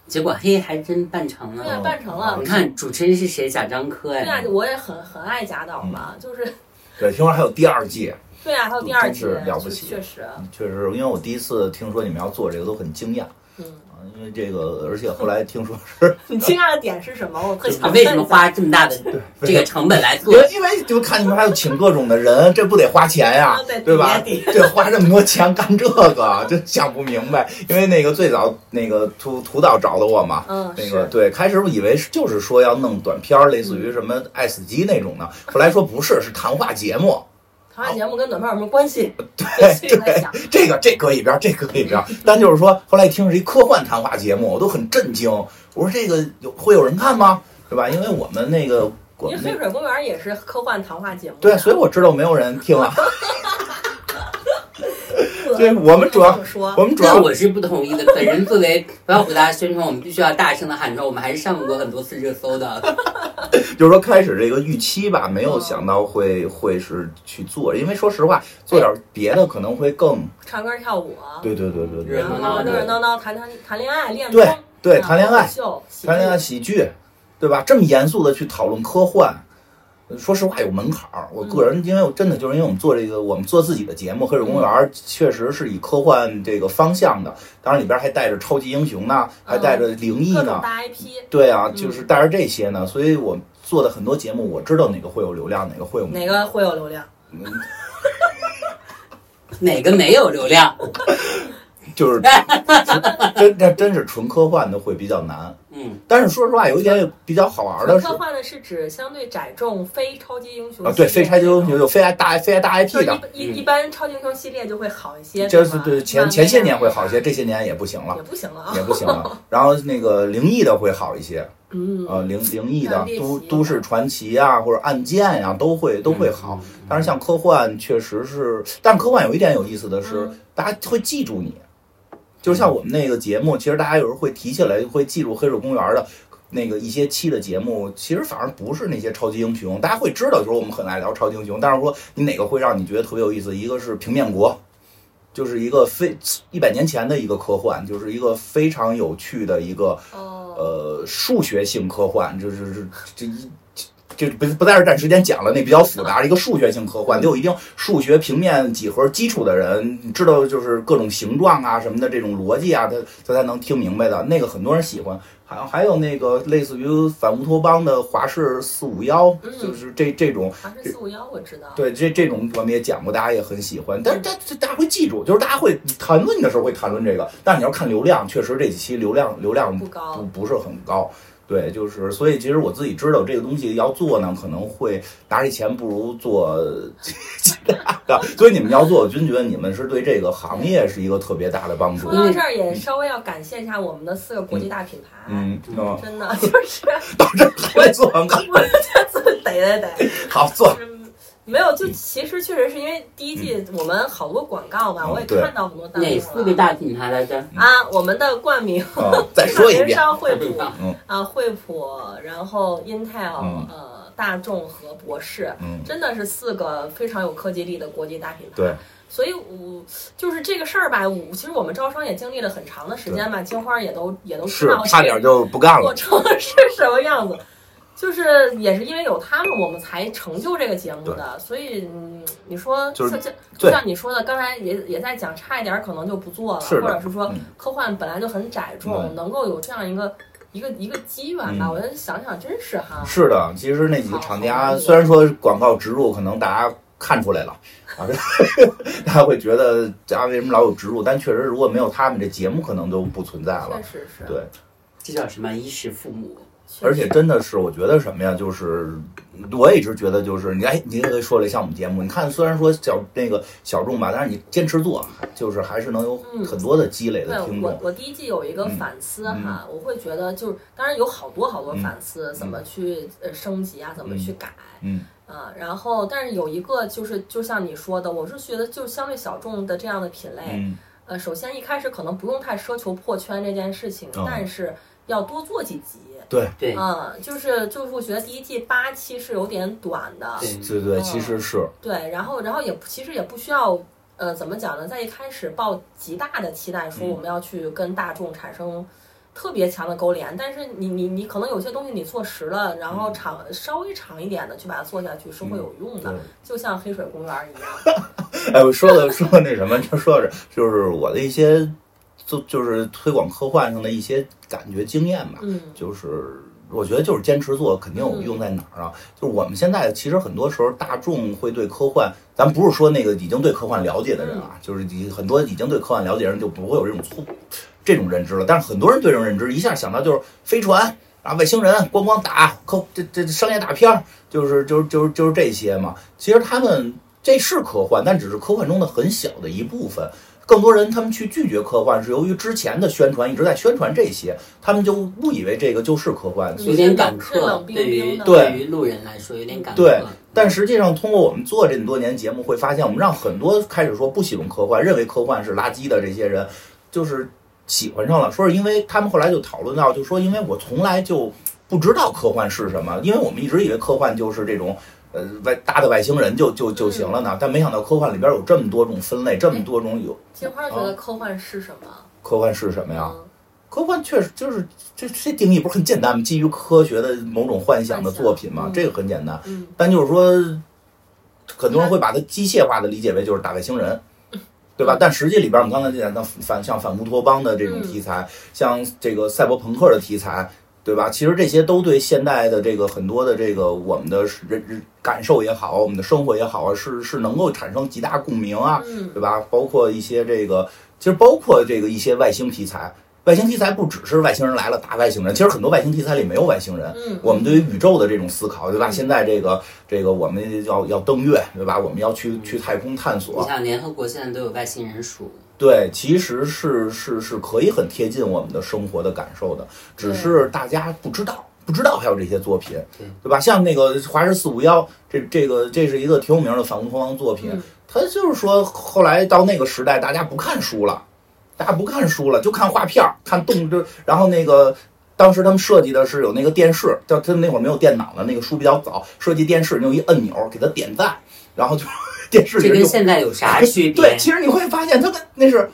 结果嘿还真办成对了。啊，办成了你。看主持人是谁？贾樟柯对啊哎，，我也很很爱贾导嘛，就是 *laughs* 对，听说还有第二季，对啊，还有第二嗯真季是，了不确起确实，确实，因为我第一次听说你们要做这个都很惊讶嗯，啊，因为这个，而且后来听说是你惊讶的点是什么？我特想啊问为什么一下花这么大的这个成本来做因？为因为就看你们还有请各种的人，这不得花钱呀、啊对对吧？也这花这么多钱干这个，真想不明白。因为那个最早那个涂涂导找的我嘛，嗯，那个是对，开始我以为是就是说要弄短片儿，类似于什么《爱死机》那种的，后来说不是，是谈话节目。谈话节目跟短片有什么关系？ *laughs* 对这个在想对， *laughs* 这个这搁一边儿，这搁一边儿。但就是说，后来一听是一科幻谈话节目，我都很震惊。我说这个有会有人看吗？对吧？因为我们那个我因为们黑那水公园也是科幻谈话节目呀，对，所以我知道没有人听啊。不能对我们主要不能这么说，我们主那要我是不同意的。本人作为不要回答宣传，我们必须要大声的喊出来，我们还是上过很多次热搜的。就是说开始这个预期吧，没有想到会会是去做，因为说实话，做点别的可能会更唱歌跳舞啊，对对对对对热闹闹然后的热热闹闹谈谈谈恋爱，恋对综，对啊谈恋爱脱口秀喜剧谈恋爱喜剧，对吧？这么严肃的去讨论科幻，说实话有门槛儿。我个嗯人，因为我真的就是因为我们做这个，我们做自己的节目《黑水公园》，确实是以科幻这个方向的，当然里边还带着超级英雄呢，还带着灵异嗯各呢种，大 IP，对啊，嗯就是带着这些呢，所以我做的很多节目，我知道哪个会有流量，哪个会有哪个会有流量？哪个没有流量？就是 *laughs* 真真真是纯科幻的会比较难。嗯，但是说实话，有一点也比较好玩的是科幻的是指相对窄众非超级英雄啊，对，非系列拆级英雄有非爱大非爱大就 IP 是的，一一一般超级英雄系列就会好一些，就是是对前前些年会好一些，这些年也不行了 *laughs* 也，不行了啊也，不行了。然后那个灵异的会好一些，嗯，呃，灵灵异的像猎奇都都市传奇啊，或者案件呀、都会都嗯会好。但是像科幻确实是，但科幻有一点有意思的是，大家会记住你。就像我们那个节目，其实大家有时候会提起来，会记住《黑水公园》的那个一些期的节目，其实反而不是那些超级英雄，大家会知道，就是我们很爱聊超级英雄，但是说你哪个会让你觉得特别有意思？一个是平面国。就是一个非一百年前的一个科幻，就是一个非常有趣的一个哦，呃数学性科幻，就是是这一。就不不在这儿占时间讲了，那比较复杂，一个数学性科幻，得有一定数学平面几何基础的人，你知道就是各种形状啊什么的这种逻辑啊，他他才能听明白的。那个很多人喜欢，还还有那个类似于反乌托邦的华氏四五幺，嗯就是这这种还是四五幺我知道，对，这这种我们也讲过，大家也很喜欢，但是大大家会记住，就是大家会谈论的时候会谈论这个，但你要看流量，确实这几期流量流量不高不不是很高。对，就是所以，其实我自己知道这个东西要做呢，可能会拿这钱不如做其 *laughs* 他的。所以你们要做，我真觉得你们是对这个行业是一个特别大的帮助说。到这儿也稍微要感谢一下我们的四个国际大品牌，嗯，嗯真的就是 *laughs* 到这儿还得做广告，我这次逮逮逮。好做。嗯，没有，就其实确实是因为第一季我们好多广告吧，嗯我也对看到很多弹哪幕四个了大品牌来着？啊，我们的冠名啊，再 *laughs* 说一人遍，商惠普嗯啊，惠普，然后 Intel，、嗯呃，大众和博士，嗯，真的是四个非常有科技力的国际大品牌。对，所以我就是这个事儿吧，我其实我们招商也经历了很长的时间吧，金花也都也都知是道差点就不干过了，程是什么样子。就是也是因为有他们，我们才成就这个节目的。所以，嗯，你说就是像这就对像你说的，刚才也也在讲，差一点儿可能就不做了，是的或者是说嗯科幻本来就很窄众，嗯能够有这样一个一个一个机缘吧，嗯我就想想，真是哈，是的，其实那几个厂家虽然说广告植入可能大家看出来了啊， *laughs* 大家会觉得啊为什么老有植入，但确实如果没有他们，这节目可能都不存在了确。实是，对，这叫什么？衣食父母。确实而且真的是，我觉得什么呀，就是我一直觉得就是你哎，你这个说了像我们节目，你看虽然说小那个小众吧，但是你坚持做，就是还是能有嗯很多的积累对的听我众。，我第一季有一个嗯反思哈，我会觉得就是，当然有好多好多嗯反思，怎么去呃升级啊，怎么嗯去改，嗯啊，然后但是有一个就是，就像你说的，我是觉得就相对小众的这样的品类，嗯，呃，首先一开始可能不用太奢求破圈这件事情，哦但是要多做几集。对对嗯，就是就是，我觉得第一季八期是有点短的，对对嗯对，其实是对，然后然后也不其实也不需要，呃，怎么讲呢？在一开始抱极大的期待，说嗯我们要去跟大众产生特别强的勾连，但是你你你可能有些东西你做实了，然嗯后长稍微长一点的去把它做下去是会有用的，对。就像黑水公园一样。 *laughs* 哎，我说的说的那什么，就说是就是我的一些，就就是推广科幻上的一些感觉经验吧，嗯，就是。我觉得就是坚持做，肯定有用在哪儿啊？就是我们现在其实很多时候大众会对科幻，咱不是说那个已经对科幻了解的人啊，就是已很多已经对科幻了解的人就不会有这种错这种认知了。但是很多人对这种认知一下想到就是飞船啊、外星人、咣咣打、科这这这商业大片儿，就是就是就是就是这些嘛。其实他们这是科幻，但只是科幻中的很小的一部分。更多人他们去拒绝科幻，是由于之前的宣传一直在宣传这些，他们就误以为这个就是科幻。嗯有点赶是冷客，冰对于冰的对于路人来说有点赶对客。但实际上，通过我们做这么多年节目，会发现我们让很多开始说不喜欢科幻、认为科幻是垃圾的这些人，就是喜欢上了。说是因为他们后来就讨论到，就说因为我从来就不知道科幻是什么，因为我们一直以为科幻就是这种。呃，外搭的外星人就就就行了嗯呢，但没想到科幻里边有这么多种分类，这么多种有金花觉得科幻是什么？科幻是什么呀？嗯，科幻确实就是这这定义不是很简单吗？基于科学的某种幻想的作品嘛，幻想嗯这个很简单。嗯但就是说，很多人会把它机械化的理解为就是打外星人，对吧？但实际里边我们刚才讲的反像反乌托邦的这种题材，像这个赛博朋克的题材。对吧？其实这些都对现代的这个很多的这个我们的人人感受也好，我们的生活也好啊，是是能够产生极大共鸣啊，嗯，对吧？包括一些这个，其实包括这个一些外星题材。外星题材不只是外星人来了打外星人，其实很多外星题材里没有外星人。嗯我们对于宇宙的这种思考，对吧？嗯现在这个这个我们要要登月，对吧？我们要去去太空探你索，像联合国现在都有外星人署，对，其实是是是可以很贴近我们的生活的感受的，只是大家不知道。不知道还有这些作品对，对吧？像那个《华氏四五幺》，这这个这是一个挺有名的反乌托邦作品，嗯他就是说，后来到那个时代，大家不看书了，大家不看书了，就看画片儿，看动就，然后那个。当时他们设计的是有那个电视，叫他们那会儿没有电脑了，那个书比较早，设计电视你有一按钮给它点赞，然后就 *laughs* 电视里这就跟现在有啥区别？哎对，其实你会发现，它跟那是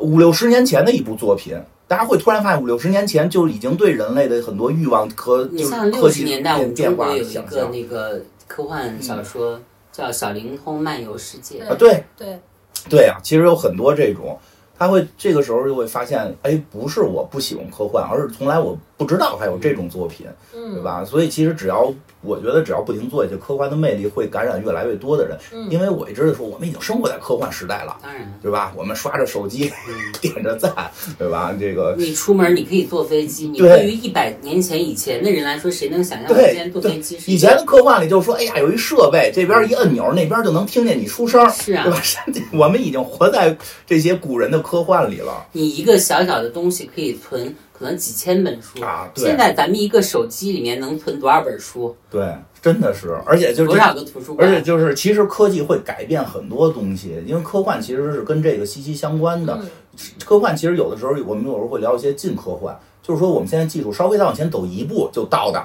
五六十年前的一部作品，大家会突然发现，五六十年前就已经对人类的很多欲望和你就是像科六十技年代，我们变中国化有一想个象那个科幻小说叫《小灵通漫游世界》，啊，对嗯对，对啊，其实有很多这种。他会这个时候就会发现，哎，不是我不喜欢科幻，而是从来我不知道还有这种作品，嗯，对？吧？所以其实只要我觉得只要不停做下去，科幻的魅力会感染越来越多的人。嗯因为我一直说，我们已经生活在科幻时代了，当然，对吧？我们刷着手机，嗯， *laughs* 点着赞，对吧？这个你出门你可以坐飞机，你对对于一百年前以前的人来说，谁能想象我对今天坐飞机是以前的科幻里就说，哎呀，有一设备，这边一按钮，那边就能听见你出声，是啊对吧？ *laughs* 我们已经活在这些古人的科幻里了。你一个小小的东西可以存可能几千本书啊对现在咱们一个手机里面能存多少本书？对，真的是，而且就是多少个图书而且馆？就是，其实科技会改变很多东西，因为科幻其实是跟这个息息相关的。嗯科幻其实有的时候，我们有时候会聊一些近科幻，就是说我们现在技术稍微再往前走一步就到的。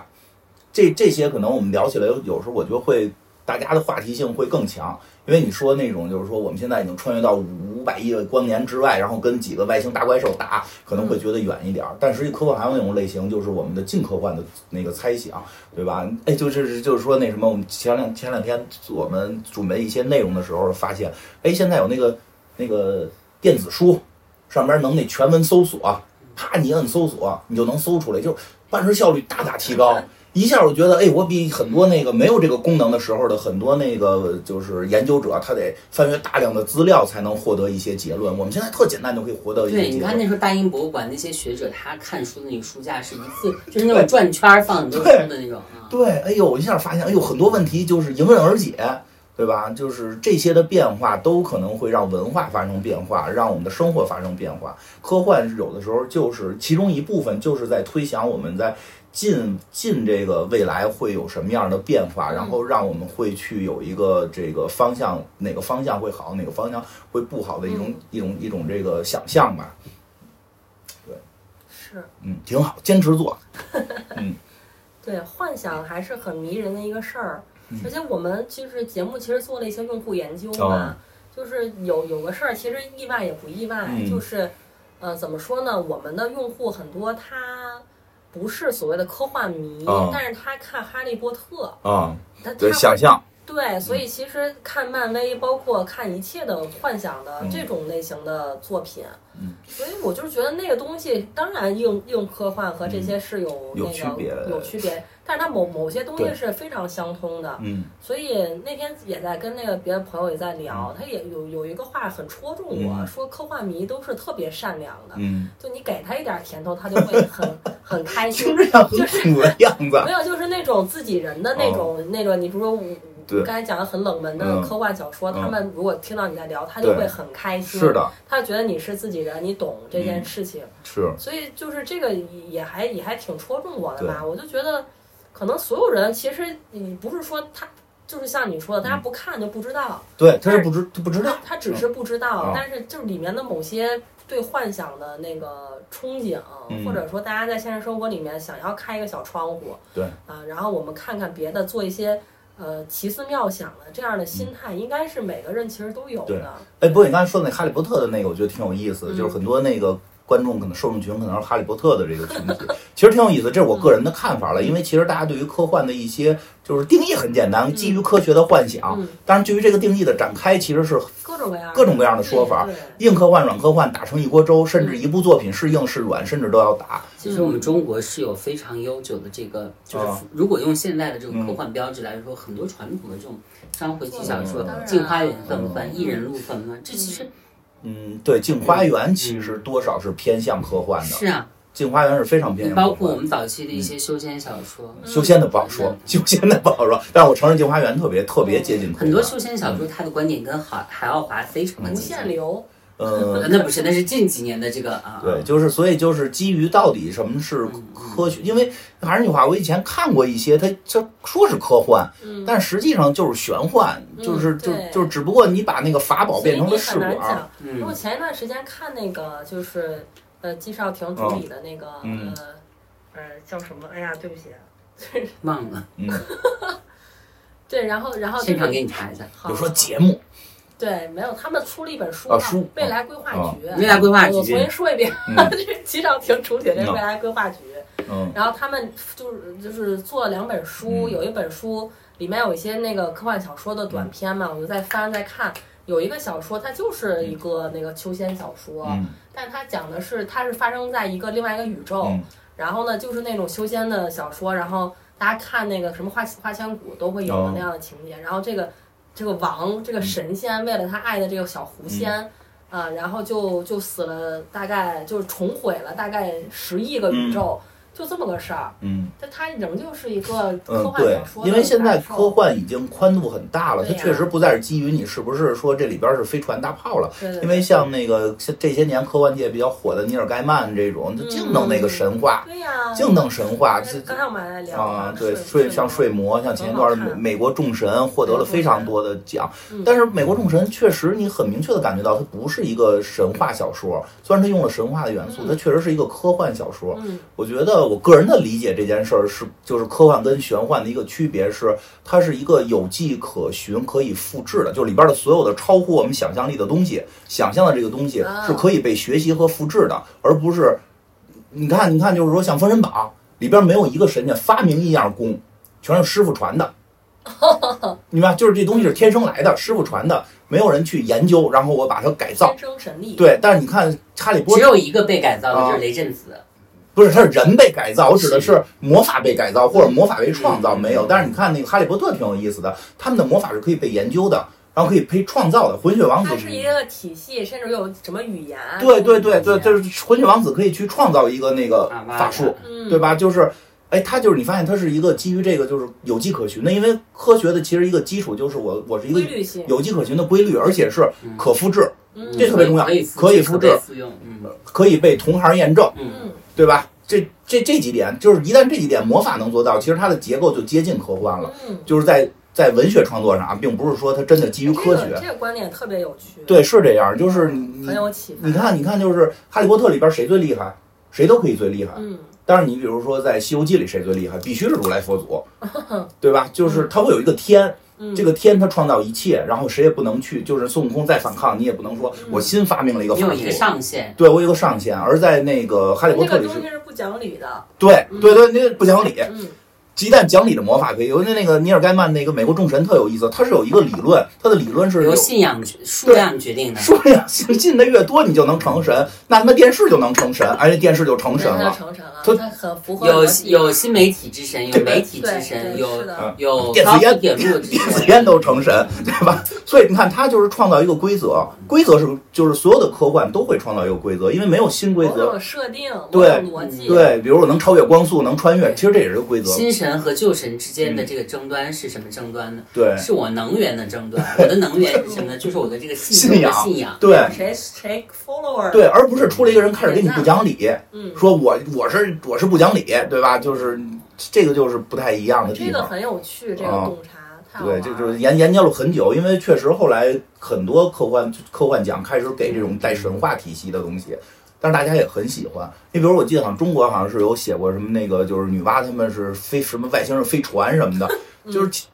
这这些可能我们聊起来，有时候我觉得会大家的话题性会更强，因为你说那种就是说我们现在已经穿越到五百亿光年之外，然后跟几个外星大怪兽打，可能会觉得远一点儿。但实际科幻还有那种类型，就是我们的近科幻的那个猜想，对吧？哎，就是就是说那什么，我们前两前两天我们准备一些内容的时候发现，哎，现在有那个那个电子书，上边能那全文搜索，啪，你摁搜索，你就能搜出来，就办事效率大大提高。一下我觉得，哎，我比很多那个没有这个功能的时候的很多那个就是研究者，他得翻阅大量的资料才能获得一些结论。我们现在特简单就可以获得一些对，结你看论。那时候大英博物馆那些学者，他看书的那个书架是一次，就是那种转圈儿放很多书的那种啊。对，哎呦，一下发现，哎呦，很多问题就是迎刃而解，对吧？就是这些的变化都可能会让文化发生变化，让我们的生活发生变化。科幻有的时候就是其中一部分，就是在推想我们在近近这个未来会有什么样的变化，然后让我们会去有一个这个方向，哪个方向会好，哪个方向会不好的一种、嗯一种一种这个想象吧。是嗯，挺好，坚持做。对幻想还是很迷人的一个事儿，嗯而且我们其实节目其实做了一些用户研究哦嘛，就是有有个事儿，其实意外也不意外，嗯就是呃怎么说呢，我们的用户很多他。不是所谓的科幻迷，哦但是他看《哈利波特啊、》他，他对，想象，对，所嗯以其实看漫威，包括看一切的幻想的嗯这种类型的作品，嗯所以我就是觉得那个东西，当然硬硬科幻和这些是有那嗯有个、区别的有区别，但是它某某些东西对是非常相通的。嗯所以那天也在跟那个别的朋友也在聊，他也有有一个话很戳中我，嗯说科幻迷都是特别善良的，嗯，就你给他一点甜头，他就会很很开 *laughs* 心听。着像很苦的样子。没有，就是那种自己人的那种、那个，你比如说我哦对我刚才讲的很冷门的嗯科幻小说，嗯他们如果听到你在聊，他 *laughs* 就对会很开心，是，的，他觉得你是自己人，你懂这件嗯事情，是，所以就是这个也还也还挺戳中我的吧，对我就觉得可能所有人其实你不是说他。就是像你说的，嗯大家不看就不知道，对，他是不知他不知道他，他只是不知道嗯，但是就是里面的某些对幻想的那个憧憬，嗯或者说大家在现实生活里面想要开一个小窗户，对，啊，然后我们看看别的，做一些呃奇思妙想的这样的心态，应该是每个人其实都有嗯对的。哎，不过你刚才说那哈利波特的那个，我觉得挺有意思的，嗯就是很多那个观众可能受众群可能是哈利波特的这个群体，其实挺有意思，这是我个人的看法了，因为其实大家对于科幻的一些就是定义很简单，基于科学的幻想，嗯，但是对于这个定义的展开，其实是各种各样的各种各样的说法。嗯对硬科幻、软科幻打成一锅粥，甚至一部作品是硬是软，甚至都要打。其嗯实我们中国是有非常悠久的这个，就是啊如果用现在的这种嗯科幻标志来说，很多传统的这种章回体小说，嗯当然《镜花缘》算不算？《嗯艺人路》算不算？这其实嗯，对，《镜花缘》其实多少是偏向科幻的，是啊，镜花缘》是非常偏你向科幻包的。括我们早期的嗯一些修仙小说，嗯修仙的不好说，修仙的不好说。 *laughs* 但是我承认《镜花缘》特别特别接近科幻很多修仙嗯小说它的观点跟海海奥华非常的无接近限。流，呃，那不是，那是近几年的这个啊，对，就是所以就是基于到底什么是科学，因为还是那句话，我以前看过一些，它这说是科幻，嗯，但实际上就是玄幻，嗯就是就对就是只不过你把那个法宝所以变成你了试很难管，讲。因为我嗯，前一段时间看那个就是呃季少廷主理的那个嗯呃呃叫什么？哎呀，对不起。忘了，嗯，对，然后然后现就场是给你查一下。好比如说好节目，对，没有，他们出了一本书啊嘛书哦未来规划局》未来规划我局，重新说一遍， *laughs* 嗯这是季少廷主理的这《未来规划局》。嗯然后他们就是就是做了两本书，嗯有一本书里面有一些那个科幻小说的短篇嘛，嗯我就在翻在看。有一个小说，它就是一个那个修仙小说，嗯但它讲的是它是发生在一个另外一个宇宙，嗯然后呢就是那种修仙的小说，然后大家看那个什么花花千骨都会有的哦那样的情节，然后这个这个王这个神仙为了他爱的这个小狐仙。嗯啊，然后就就死了，大概就是重毁了大概十亿个宇宙，就这么个事儿。嗯但它仍旧是一个科嗯，幻对小说、，因为现在科，幻已经宽度很大了，它对呀确实不再是基于你是不是说这里边是飞船大炮了。对对对因为像那个像这些年科幻界比较火的尼尔盖曼这种，他净弄那个神话，对呀、净弄神话，这刚才我们还在聊啊，它对，睡睡像睡魔，像前一段很好美看美国众神获得了非常多的奖嗯，但是美国众神确实你很明确的感觉到它不是一个神话小说，虽然它用了神话的元素，嗯它确实是一个科幻小说。嗯我觉得我个人的理解这件事儿是，就是科幻跟玄幻的一个区别是，它是一个有迹可循、可以复制的，就是里边的所有的超乎我们想象力的东西，想象的这个东西啊是可以被学习和复制的，而不是你看，你看，就是说像《封神榜》里边没有一个神仙发明一样功，全是师傅传的。明白，就是这东西是天生来的，师傅传的，没有人去研究，然后我把它改造。天生神力，对，但是你看《哈利波只特》，有一个被改造的，啊就是雷震子。不是，它是人被改造，我指的是魔法被改造，或者魔法被创造，嗯没有。但是你看那个《哈利波特》挺有意思的，他们的魔法是可以被研究的，然后可以被创造的。混血王子它是一个体系，甚至有什么语言。对对对对，就是混血王子可以去创造一个那个嗯啊妈呀法术，嗯，对吧？就是，哎，它就是你发现它是一个基于这个就是有迹可循的，因为科学的其实一个基础就是我我是一个规律性，有迹可循的规律，而且是嗯可复制，嗯这特别重要可以可以复复制制，被复用。嗯可以被同行验证，嗯，嗯，对吧？这这这几点就是一旦这几点魔法能做到，其实它的结构就接近科幻了，嗯，就是在在文学创作上啊，并不是说它真的基于科这个学，这个观点特别有趣，，对，是这样，就是你你很有启发。你，看你看，就是《哈利波特》里边谁最厉害，谁都可以最厉害。嗯，但是你比如说在《西游记》里谁最厉害，必须是如来佛 *laughs* 祖，对吧？就是他会有一个天，嗯这个天他创造一切，然后谁也不能去，就是孙悟空再反抗，你也不能说嗯我新发明了一个你法有术一。个上限，对，我有一个上限，而在那个《哈利波这特》个里东是哎西，是不讲理的，对嗯对对，那不讲理。嗯一旦讲理的魔法可以，有那那个尼尔盖曼那个美国众神特有意思，他是有一个理论，他的理论是有由信仰数量决定的。数量信的越多，你就能成神，那他妈电视就能成神，而且电视就成神对它 *laughs* 了，成神了，它它很符合有逻辑有新媒体之神，有对媒体对之神，对有是的嗯有电子高烟速铁路之电子神。烟都成神，对吧？所以你看，他就是创造一个规则，规则是就是所有的科幻都会创造一个规则，因为没有新规某则。种设定，某种对逻辑，对，比如我能超越光速，能穿越，其实这也是个规则。新神和旧神之间的这个争端是什么争端呢？嗯对是我能源的争端。我的能源是什么呢？就是我的这个信仰仰。信仰。对谁谁 follower，对，而不是出来一个人开始给你不讲理，嗯，说我我是我是不讲理，对吧？就是这个就是不太一样的这地个方。很有趣，这个啊洞察，太好对，玩儿这就是研研究了很久，因为确实后来很多科幻科幻奖开始给这种带神话体系的东西，但是大家也很喜欢。你比如我记得好像中国好像是有写过什么那个，就是女娲她们是飞什么外星人飞船什么的，就是其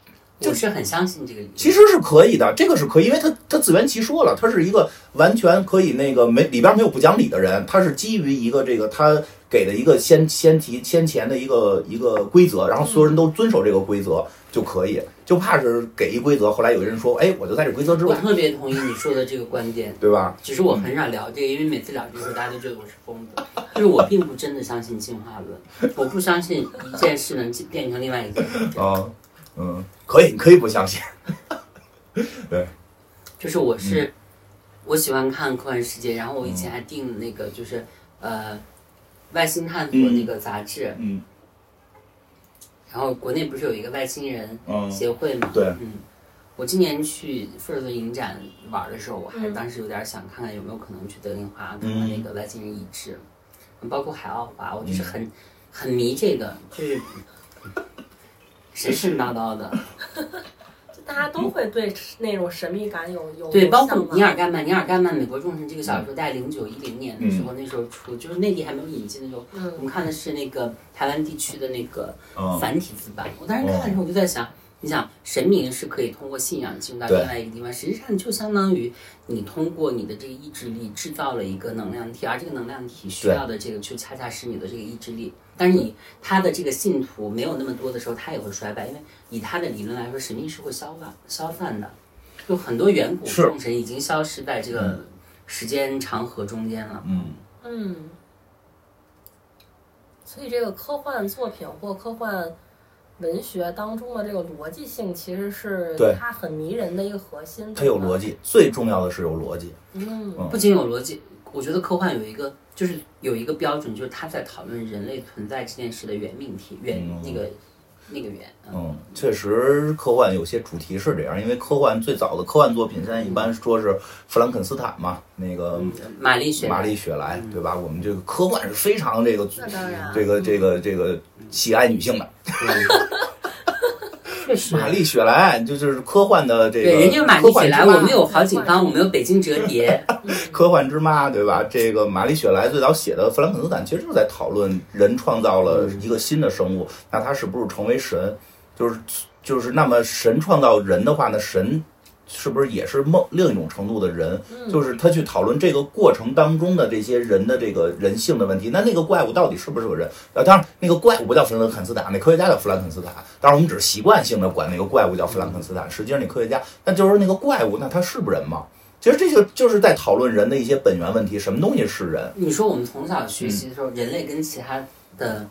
我是很相信这个理论。其实是可以的，这个是可以，因为它它自圆其说了，它是一个完全可以那个没里边没有不讲理的人，他是基于一个这个他给的一个先先提先前的一个一个规则，然后所有人都遵守这个规则就可以，就怕是给一规则，后来有人说，哎，我就在这规则之我外，特别同意你说的这个观点，对吧？只是我很少聊这个，因为每次聊这个，大家都觉得我是疯子。就是我并不真的相信进化论，我不相信一件事能变成另外一件事。啊，嗯，可以，你可以不相信，就是我是、我喜欢看科幻世界，然后我以前还订那个就是呃外星探索那个杂志，嗯然后国内不是有一个外星人嗯协会嘛？对嗯。我今年去富士顿影展玩的时候，我还嗯当时有点想看看有没有可能去德令花看看那个外星人遗址，包括海奥华，我就是很、很迷这个，就是神神叨叨的。就大家都会对那种神秘感有有对，有包向括往尼尔盖曼，尼尔盖曼《美国众神》这个小说在零九一零年的嗯时候，那时候出，就是内地还没有引进的时候，我嗯们看的是那个台湾地区的那个嗯繁体字版。我当时看的时候，我就在想，你想神明是可以通过信仰进入到对另外一个地方，实际上就相当于你通过你的这个意志力制造了一个能量体，而这个能量体需对要的这个就恰恰是你的这个意志力。但是你他的这个信徒没有那么多的时候，他也会衰败，因为以他的理论来说，神明是会消散消散的，就很多远古是众神已经消失在这个时间长河中间了。嗯，嗯，所以这个科幻作品或科幻文学当中的这个逻辑性，其实是对它很迷人的一个核心。它有对吧逻，辑，最重要的是有逻辑，嗯嗯不仅有逻辑，我觉得科幻有一个就是有一个标准，就是他在讨论人类存在这件事的原命题，原嗯那个那个原。嗯，确实，科幻有些主题是这样，因为科幻最早的科幻作品，现在一般说是弗兰肯斯坦嘛，那个嗯，玛丽雪嗯玛丽雪莱，对吧？我们这个科幻是非常这个那当然，这个这个这个喜爱女性的。确实。玛丽雪莱就是科幻的这个，对，人家玛丽雪莱，科幻之妈我们有好警方，我们有北京折叠，科幻之妈，对吧？这个玛丽雪莱最早写的《弗兰肯斯坦》，其实就是在讨论人创造了一个新的生物，那他是不是成为神？就是就是，那么神创造人的话呢，神是不是也是梦另一种程度的人？就是他去讨论这个过程当中的这些人的这个人性的问题。那那个怪物到底是不是个人？啊，当然，那个怪物不叫弗兰肯斯坦，那科学家叫弗兰肯斯坦。当然，我们只是习惯性的管那个怪物叫弗兰肯斯坦，实际上那科学家，那就是那个怪物，那他是不是人吗？其实这就就是在讨论人的一些本源问题，什么东西是人？呃你说我们从小学习的时候，人类跟其他的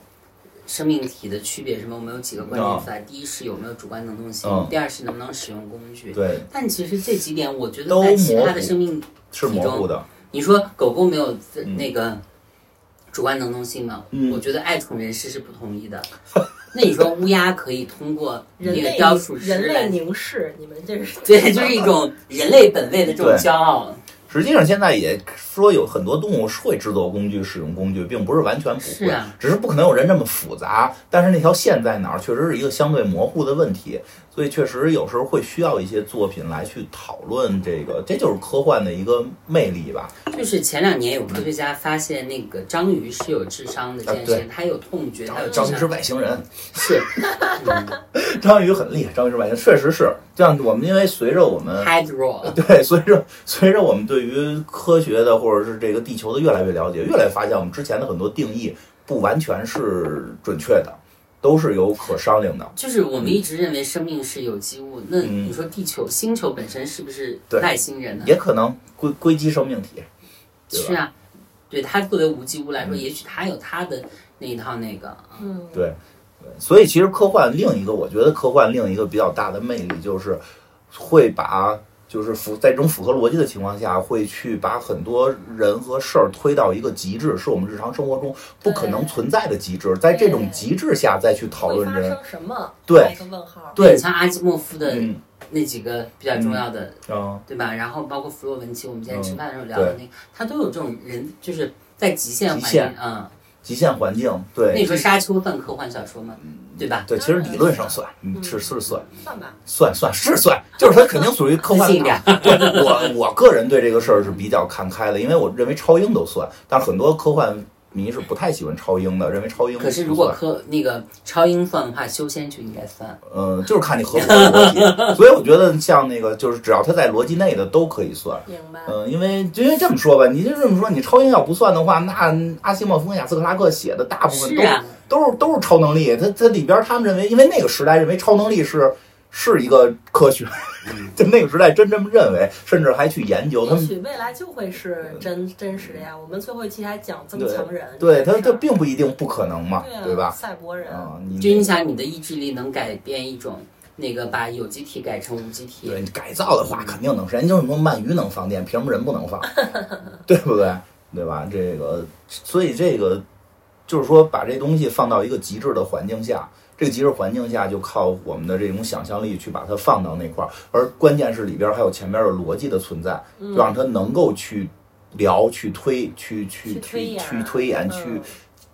生命体的区别是什么？我们有几个关键词啊？第一是有没有主观能动性嗯，第二是能不能使用工具。对，但其实这几点，我觉得都在其模他糊的生命，是模糊的。你说狗狗没有自那个嗯主观能动性吗？我觉得爱宠人士是不同意的。 *laughs* 那你说乌鸦可以通过人那个类雕塑师人类来，凝视，你们这是对，就是一种人类本位的这种对骄傲。实际上，现在也说有很多动物是会制作工具、使用工具，并不是完全不是会，啊只是不可能有人这么复杂。但是那条线在哪儿，确实是一个相对模糊的问题，所以确实有时候会需要一些作品来去讨论这个，这就是科幻的一个魅力吧。就是前两年有科学家发现，那个章鱼是有智商的这件事啊情，它有痛觉，它有智章鱼是商。外星人， *laughs* 是章鱼很厉害，章鱼是外星人，确实是这样。我们因为随着我们 hydro，啊 *laughs* 对，随着随着我们对于科学的或者是这个地球的越来越了解，越来越发现我们之前的很多定义不完全是准确的，都是有可商量的。就是我们一直认为生命是有机物，那嗯你说地球、星球本身是不是对外星人呢？也可能硅硅基生命体，对吧嗯是啊，对它作为无机物来说，也许它有它的那一套那个。嗯，对，所以其实科幻另一个，我觉得科幻另一个比较大的魅力就是会把。就是符在这种符合逻辑的情况下，会去把很多人和事儿推到一个极致，是我们日常生活中不可能对存在的极致。在这种对极致下再去讨会论发人，生什么？对打一个问号。对，像阿基莫夫的嗯，那几个比较重要的，啊，对吧？然后包括弗洛文奇，我们今天吃饭的时候聊嗯对的那个，他都有这种人，就是在极限环极境限，嗯，极限环境，那你对嗯说《沙丘》算科幻小说吗？对吧？对，其实理论上算，嗯，是是算算吧，算算是算，就是它肯定属于科幻自信一的点大。对我我个人对这个事儿是比较看开的，因为我认为超英都算，但是很多科幻迷是不太喜欢超英的，认为超英可是不如果算科那个超英算的话，修仙就应该算。嗯，就是看你合不合 *laughs* 逻辑，所以我觉得像那个就是只要它在逻辑内的都可以算。明白。嗯，因为因为这么说吧，你就这么说，你超英要不算的话，那阿西莫夫跟雅斯克拉克写的大部分是都、啊，都是都是超能力。它它里边他们认为，因为那个时代认为超能力是是一个科学， *laughs* 就那个时代真这么认为，甚至还去研究他嗯也们。嗯许未来就会是真真实的呀。我们最后一期还讲增强人，对他，这这个事并不一定不可能嘛儿对，啊对吧？赛博人，啊，就你你想你的意志力能改变一种那个把有机体改成无机体对，你改造的嗯话肯定能，人家就说鳗鱼能放电，凭什么人不能 *laughs* 放？对不对？对吧？这个，所以这个就是说，把这东西放到一个极致的环境下，这个极致环境下就靠我们的这种想象力去把它放到那块儿，而关键是里边还有前边的逻辑的存在，嗯就让它能够去聊、去推、去去去推去演，去推演、去嗯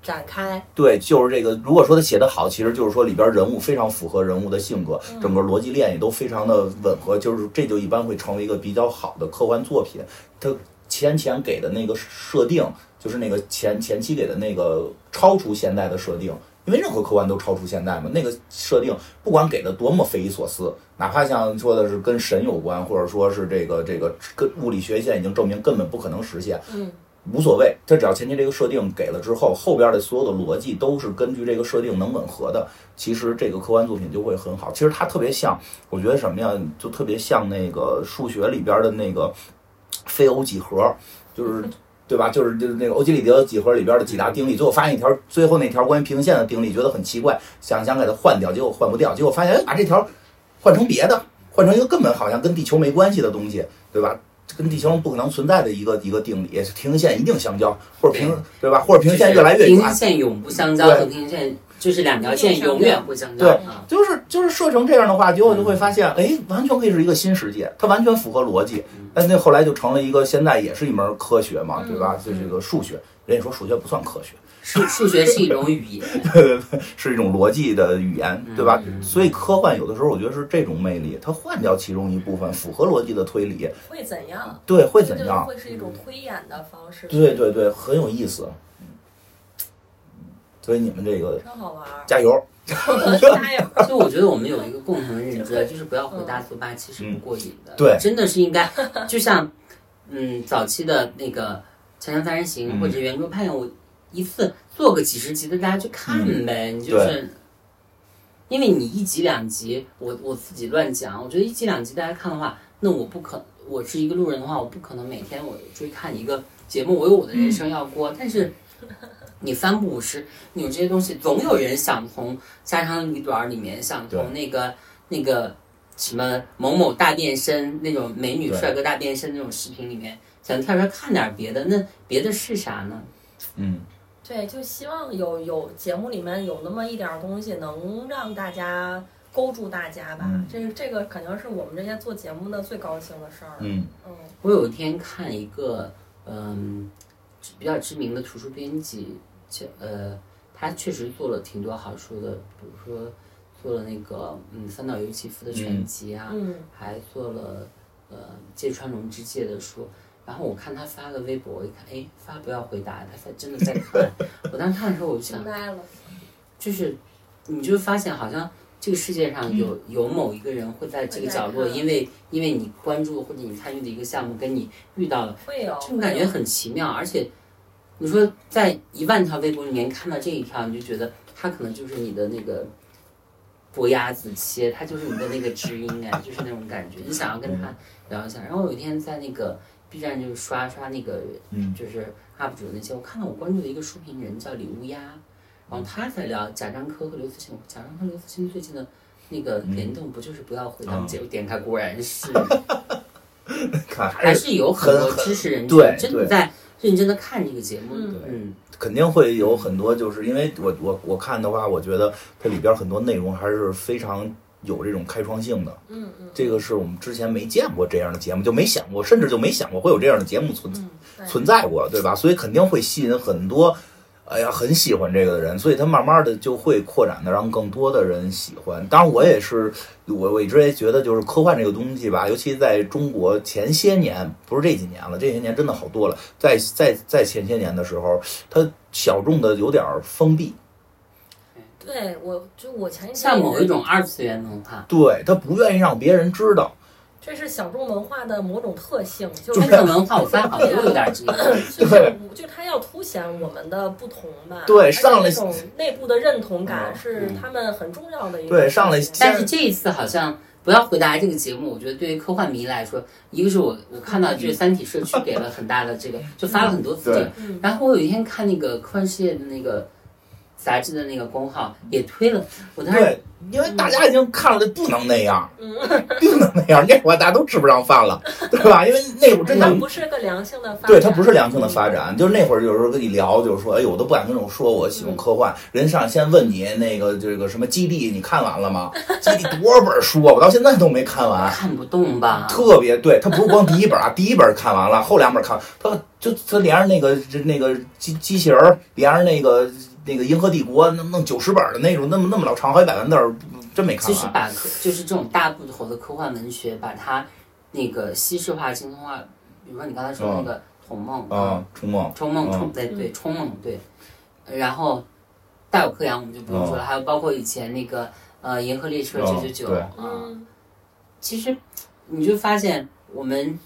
展开，对，就是这个。如果说他写得好，其实就是说里边人物非常符合人物的性格，整个逻辑链也都非常的吻合，就是这就一般会成为一个比较好的科幻作品。它前前给的那个设定，就是那个前前期给的那个超出现代的设定。因为任何科幻都超出现代嘛，那个设定不管给的多么匪夷所思，哪怕像说的是跟神有关，或者说是这个这个跟物理学现在已经证明根本不可能实现，嗯，无所谓，它只要前期这个设定给了之后，后边的所有的逻辑都是根据这个设定能吻合的。其实这个科幻作品就会很好。其实它特别像，我觉得什么呀，就特别像那个数学里边的那个非欧几何，就是。对吧？就是就是那个欧几里得几何里边的几大定律，最后发现一条，最后那条关于平行线的定律觉得很奇怪，想想给它换掉，结果换不掉，结果发现哎把这条换成别的，换成一个根本好像跟地球没关系的东西，对吧？跟地球不可能存在的一个一个定理，平行线一定相交，或者平对吧？或者平行线越来越平远，行线永不相交对和平行线就是两条线永远不相交对啊。就是就是设成这样的话，结果就会嗯发现，哎，完全可以是一个新世界，它完全符合逻辑。嗯但那后来就成了一个，现在也是一门科学嘛，对吧？嗯就这个数学，人家说数学不算科学，数数学是一种语言，是一种逻辑的语言，嗯对吧？所以科幻有的时候我觉得是这种魅力，它换掉其中一部分符合逻辑的推理，会怎样？对，会这怎就样？会是一种推演的方式，对，对对，很有意思。所以你们这个真好玩 *laughs* 儿。 *laughs* 加油！加油！ *laughs* 就我觉得我们有一个共同的认知，就是不要回答速八，其实不过瘾的。嗯对真的是应 *laughs* 该，就像嗯早期的那个《锵锵三人行》嗯或者《圆桌派》，我一次做个几十集的，大家去看呗。嗯你就是因为你一集两集，我我自己乱讲，我觉得一集两集大家看的话，那我不可，我是一个路人的话，我不可能每天我追看一个节目，我有我的人嗯生要过，但是。你三不五时，你有这些东西，总有人想从家长里短儿里面，想从那个那个什么某某大变身那种美女对帅哥大变身那种视频里面，想跳出来看点别的。那别的是啥呢？嗯，对，就希望有有节目里面有那么一点儿东西能让大家勾住大家吧。嗯这个这个肯定是我们这些做节目的最高兴的事儿。嗯 *laughs* 嗯我有一天看一个嗯比较知名的图书编辑，且呃，他确实做了挺多好书的，比如说做了那个嗯三岛由纪夫的全集啊，嗯，还做了呃芥川龙之介的书。然后我看他发个微博，我一看，哎，发不要回答，他发真的在看。我当时看的时候，我就想惊，呆了。就是你就发现好像这个世界上有、有某一个人会在这个角落，会在看因为因为你关注或者你参与的一个项目，跟你遇到了，会哦有这种感觉很奇妙。而且你说在一万条微博里面看到这一条，你就觉得它可能就是你的那个。伯牙子期，他就是你的那个知音哎，就是那种感觉，你想要跟他聊一下。然后有一天在那个 B 站就刷刷那个嗯就是 UP 主那些，我看到我关注的一个书评人叫李乌鸦，然后他在聊贾樟柯和刘慈欣，贾樟柯、刘慈欣最近的那个联动不就是不要回答嗯吗？结果点开果然是，看还是有很多啊很知识人群对真对的在认真的看这个节目，嗯嗯，肯定会有很多，就是因为我我我看的话，我觉得它里边很多内容还是非常有这种开创性的。嗯嗯这个是我们之前没见过这样的节目，就没想过，甚至就没想过会有这样的节目存嗯，对存在过，对吧？所以肯定会吸引很多，哎呀，很喜欢这个的人，所以他慢慢的就会扩展的让更多的人喜欢。当然，我也是，我我一直也觉得就是科幻这个东西吧，尤其在中国前些年，不是这几年了，这些年真的好多了，在在在前些年的时候，它小众的有点儿封闭。对，我就我前一阵像某一，种二次元文 *laughs* 化，对他不愿意让别人知道，这是小众文化的某种特性，就那是个文化我发现好像又有点这 *laughs* 个，就是我就是它要凸显我们的不同吧。对而且上来那种内部的认同感嗯是他们很重要的一个。对上来但是这一次好像。不要回答这个节目，我觉得对于科幻迷来说，一个是我我看到这个三体社区给了很大的这个，就发了很多次这个对，嗯，然后我有一天看那个科幻世界的那个杂志的那个公号也推了，我当时对，因为大家已经看了，不能那样，嗯 *laughs* 不能那样，那会儿大家都吃不上饭了，对吧？因为那会儿真的它不是个良性的嗯发展，对，它不是良性的发展。就是那会儿有时候跟你聊，就是说，哎呦，我都不敢跟我说我喜欢科幻。人上来先问你那个这个什么《基地》，你看完了吗？ *laughs* 《基地》多少本书啊？我到现在都没 *laughs* 看完。看不动吧，特别对，它不是光第一本啊，第一本看完了，后两本看，它就它连着那个这那个机机器人儿，连着那个那个《银河帝国》弄弄九十本的那种，那么那么老长，好几百万字儿，真没看就完。是把科就是这种大部头的科幻文学，把它那个西式化、精通化，比如说你刚才说那个《童梦》啊，冲梦，冲梦嗯冲对对冲梦对，呃然后大有克洋我们就不用说了，嗯还有包括以前那个呃《银河列车哦九九九》对啊，嗯，其实你就发现我们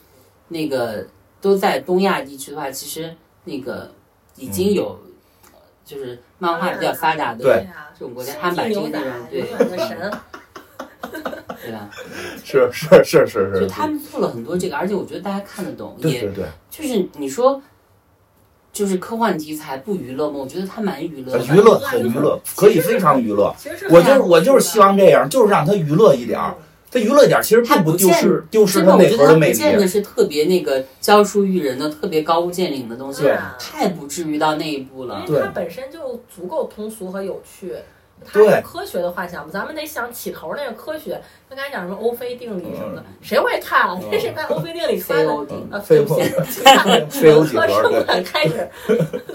那个都在东亚地区的话，其实那个已经有、嗯呃就是漫画比较发达的对啊，这种国家，他们把这个内容对永远的 *laughs* 神，对吧？是是是是，就是他们做了很多这个，而且我觉得大家看得懂，对也对对，就是你说。就是科幻题材不娱乐吗？我觉得它蛮娱乐呃的，娱乐很娱乐，可以非常娱乐。啊其实是我就是我就是希望这样，就是让它娱乐一点儿。它娱乐点其实并不丢失丢失它内核的魅不见得力。是特别那个教书育人的、特别高屋建瓴的东西对，啊太不至于到那一步了。因为它本身就足够通俗和有趣。它对有科学的幻想嘛，咱们得想起头那个科学。他刚才讲什么欧菲定理什么嗯的，谁会看啊？这是看欧菲定理非 *laughs* 翻的欧顶，呃，非对不 *laughs* 起欧非欧文几科何生对嗯们开始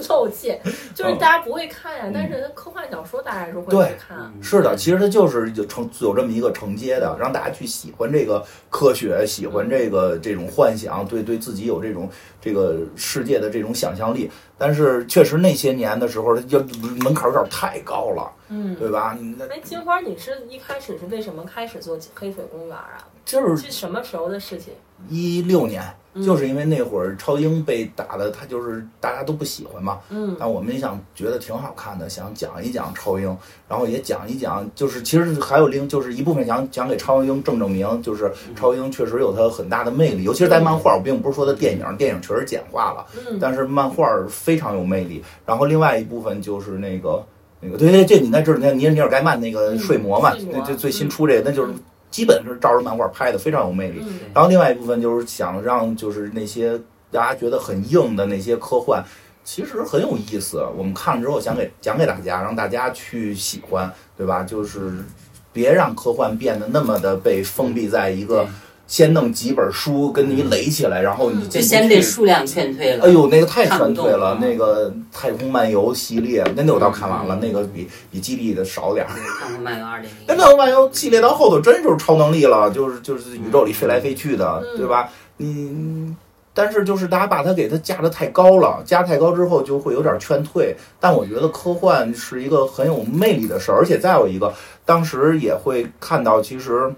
*laughs* 漏气，就是大家不会看呀，但是科幻小说大家还是会去看。是的，其实它就是有承有这么一个承接的，让大家去喜欢这个科学，喜欢这个这种幻想，对对自己有这种这个世界的这种想象力。但是确实那些年的时候，它就门槛有点太高了，嗯，对吧？你那哎，金花，你是一开始是为什么开始做黑水公园啊？就是是什么时候的事情？一六年，嗯就是因为那会儿超英被打的，他就是大家都不喜欢嘛。嗯，但我们也想觉得挺好看的，想讲一讲超英，然后也讲一讲，就是其实还有另就是一部分想讲给超英正正名，就是超英确实有它很大的魅力，尤其是在漫画，我并不是说它电影，电影确实简化了，嗯但是漫画非常有魅力。然后另外一部分就是那个那个，对对，这你应该知道，那尼尔尼尔盖曼那个嗯睡魔嘛睡，魔那这最新嗯出这个，那就是基本是照着漫画拍的，非常有魅力。嗯然后另外一部分就是想让就是那些大家觉得很硬的那些科幻，其实很有意思。我们看了之后想给讲给大家，让大家去喜欢，对吧？就是别让科幻变得那么的被封闭在一个对先弄几本书跟你垒起来，然后你嗯就进不先被去数量劝退了。哎呦，那个太看不劝退懂了啊，那个《太空漫游》系列，那那我倒看完了，那个比比《基地》的少点儿。看过漫游二零那《零，太空漫游》系列到后头真就是超能力了，就是就是宇宙里飞来飞去的，嗯对吧？嗯，但是就是大家把它给它架得太高了，架太高之后就会有点劝退。但我觉得科幻是一个很有魅力的事儿，而且再有一个，当时也会看到，其实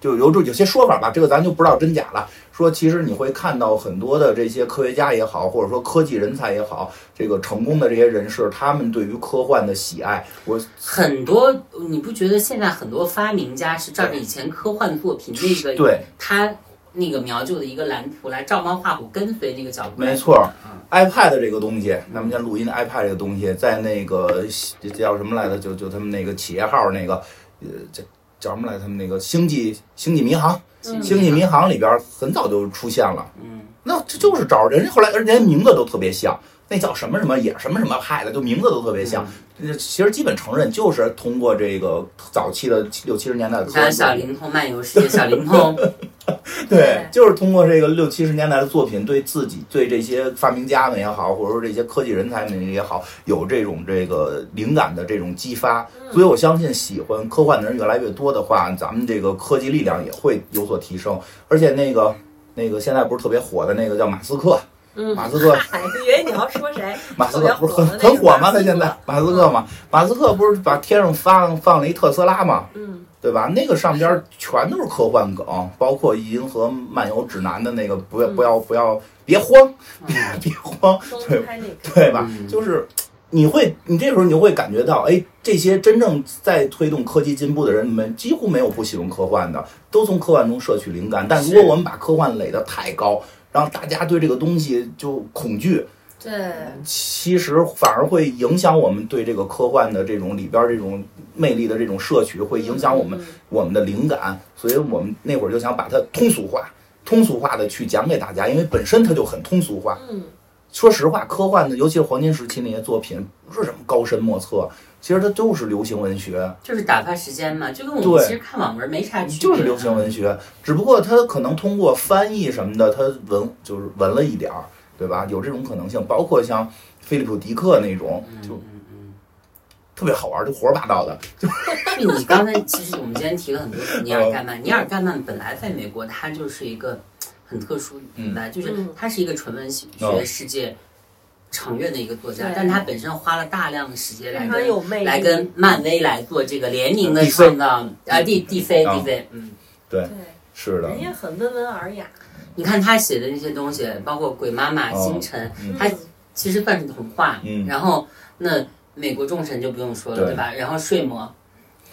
就有种有些说法吧，这个咱就不知道真假了。说其实你会看到很多的这些科学家也好，或者说科技人才也好，这个成功的这些人士，他们对于科幻的喜爱，我很多你不觉得现在很多发明家是照着以前科幻作品那个对他那个描就的一个蓝图来照猫画虎，跟随那个脚步来没错儿嗯，iPad 这个东西，咱们现在录音的 iPad 这个东西，在那个这叫什么来着？就就他们那个企业号那个，呃，这叫什么来着？他们那个星际星际迷航，嗯星际迷航里边儿很早就出现了。嗯，那这就是找人，后来而且连名字都特别像，那叫什么什么也什么什么派的，就名字都特别像。这其实基本承认就是通过这个早期的六七十年代的你科像幻小作品，灵通漫游世界，小灵通， *laughs* 对对，就是通过这个六七十年代的作品，对自己、对这些发明家们也好，或者说这些科技人才们也好，有这种这个灵感的这种激发。所以我相信，喜欢科幻的人越来越多的话，咱们这个科技力量也会有所提升。而且那个那个现在不是特别火的那个叫马斯克，嗯，马斯克哎，以为你要说谁？马斯克不是很很火吗？他现在马斯克嘛，马斯克不是把天上放放了一特斯拉嘛，嗯，对吧？那个上边全都是科幻梗，包括《银河漫游指南》的那个，不要不要不要，别慌，嗯 *laughs* 别慌，东对开那个，对吧？嗯就是你会，你这时候你就会感觉到，哎，这些真正在推动科技进步的人们，几乎没有不喜欢科幻的，都从科幻中摄取灵感。但如果是我们把科幻垒得太高，让大家对这个东西就恐惧，对，其实反而会影响我们对这个科幻的这种里边儿这种魅力的这种摄取，会影响我们嗯我们的灵感。所以我们那会儿就想把它通俗化，通俗化的去讲给大家，因为本身它就很通俗化。嗯，说实话，科幻的，尤其是黄金时期那些作品，不是什么高深莫测，其实它都是流行文学。就是打发时间嘛，就跟我们对其实看网文没啥区别，就是流行文学，只不过它可能通过翻译什么的，它文就是文了一点儿，对吧？有这种可能性，包括像菲利普·迪克那种，嗯就特别好玩，就胡说八道的。但是你刚才其实我们今天提了很多次尼呃尔盖曼，尼尔盖曼本来在美国他就是一个很特殊的存在，就是嗯他是一个纯文学嗯世界长远的一个作家，对但他本身花了大量的时间来非常有魅跟力来跟漫威来做这个联名的 DC 创造，啊 D D C 嗯 D C，嗯，对，对，是的人，家很温文尔雅，你看他写的那些东西，包括《鬼妈妈》哦《星辰》嗯他其实算是童话，嗯然后那美国众神就不用说了，对对吧？然后睡魔，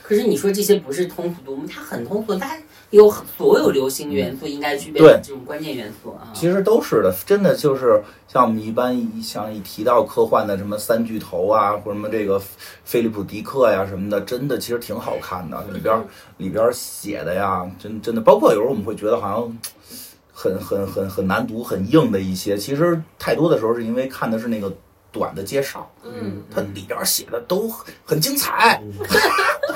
可是你说这些不是通俗读物，它很通俗，它有所有流行元素应该具备的这种关键元素啊。嗯其实都是的，真的就是像我们一般一像一提到科幻的什么三巨头啊，或者什么这个菲利普迪克呀什么的，真的其实挺好看的，里边里边写的呀，真真的，包括有时候我们会觉得好像。很很很很难读、很硬的一些，其实太多的时候是因为看的是那个短的介绍，嗯，它里边写的都很精彩， *laughs*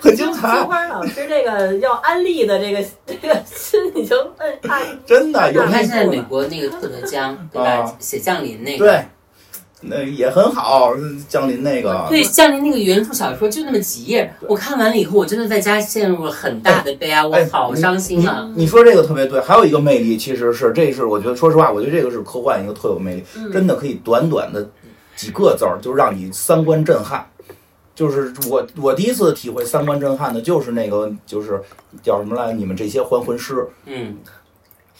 很精彩金。花老师这个要安利的这个这个心已经摁 *laughs* 按，真的有你看现那在美国那个特德·江，对吧啊？写降临那个，对，那也很好，降临那个，对降临那个原著小说就那么几页，我看完了以后，我真的在家陷入了很大的悲哀，我哎好伤心啊！你说这个特别对，还有一个魅力，其实是这是我觉得，说实话，我觉得这个是科幻一个特有魅力，嗯真的可以短短的几个字儿，就是让你三观震撼。就是我我第一次体会三观震撼的，就是那个就是叫什么来，你们这些还魂师，嗯，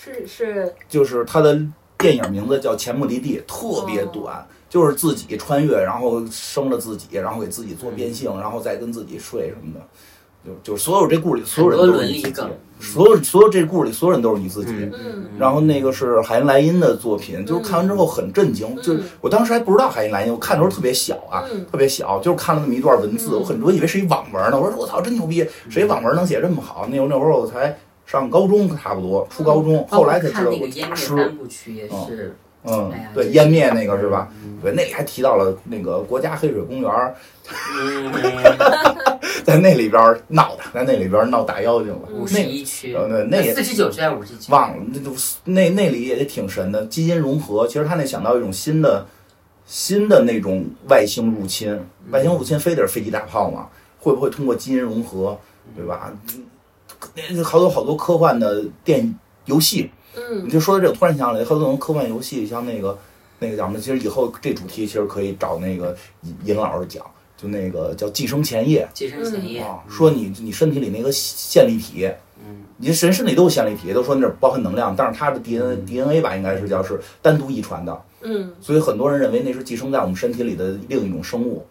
是是，就是他的电影名字叫《前目的地》，特别哦短。就是自己穿越，然后生了自己，然后给自己做变性，然后再跟自己睡什么的，就就是所有这故事里所有人都很多是伦你理自己梗，所有所有这故事里所有人都是你自己，嗯嗯然后那个是海因莱因的作品，就是看完之后很震惊，就是我当时还不知道海因莱因，我看的时候特别小啊，嗯特别小，就是看了那么一段文字，嗯我很我以为是一网文呢，我说我操真牛逼，谁网文能写这么好？那会儿那会儿我才上高中差不多，初高中，后来才嗯哦看知道那我个《湮大灭》师，三部曲也是，嗯哎呀，对，这湮灭那个是吧？对，那里还提到了那个国家黑水公园儿，嗯，在那里边儿闹的，在那里边儿闹大妖精了，五十那一区，呃那那也四十九区还是五十区？忘了，那就那那里也挺神的，基因融合。其实他那想到一种新的新的那种外星入侵，外星入侵非得是飞机大炮嘛？会不会通过基因融合，对吧？那好多好多科幻的电游戏，嗯你就说到这个，我突然想起来，好多科幻游戏，像那个那个叫什么？其实以后这主题其实可以找那个尹尹老师讲，就那个叫《寄生前夜》。寄生前夜，啊，说你你身体里那个线粒体，哦嗯，你人身体都有线粒体，都说那包含能量，但是它的 DNA DNA 吧，应该是叫是单独遗传的，嗯，所以很多人认为那是寄生在我们身体里的另一种生哦物。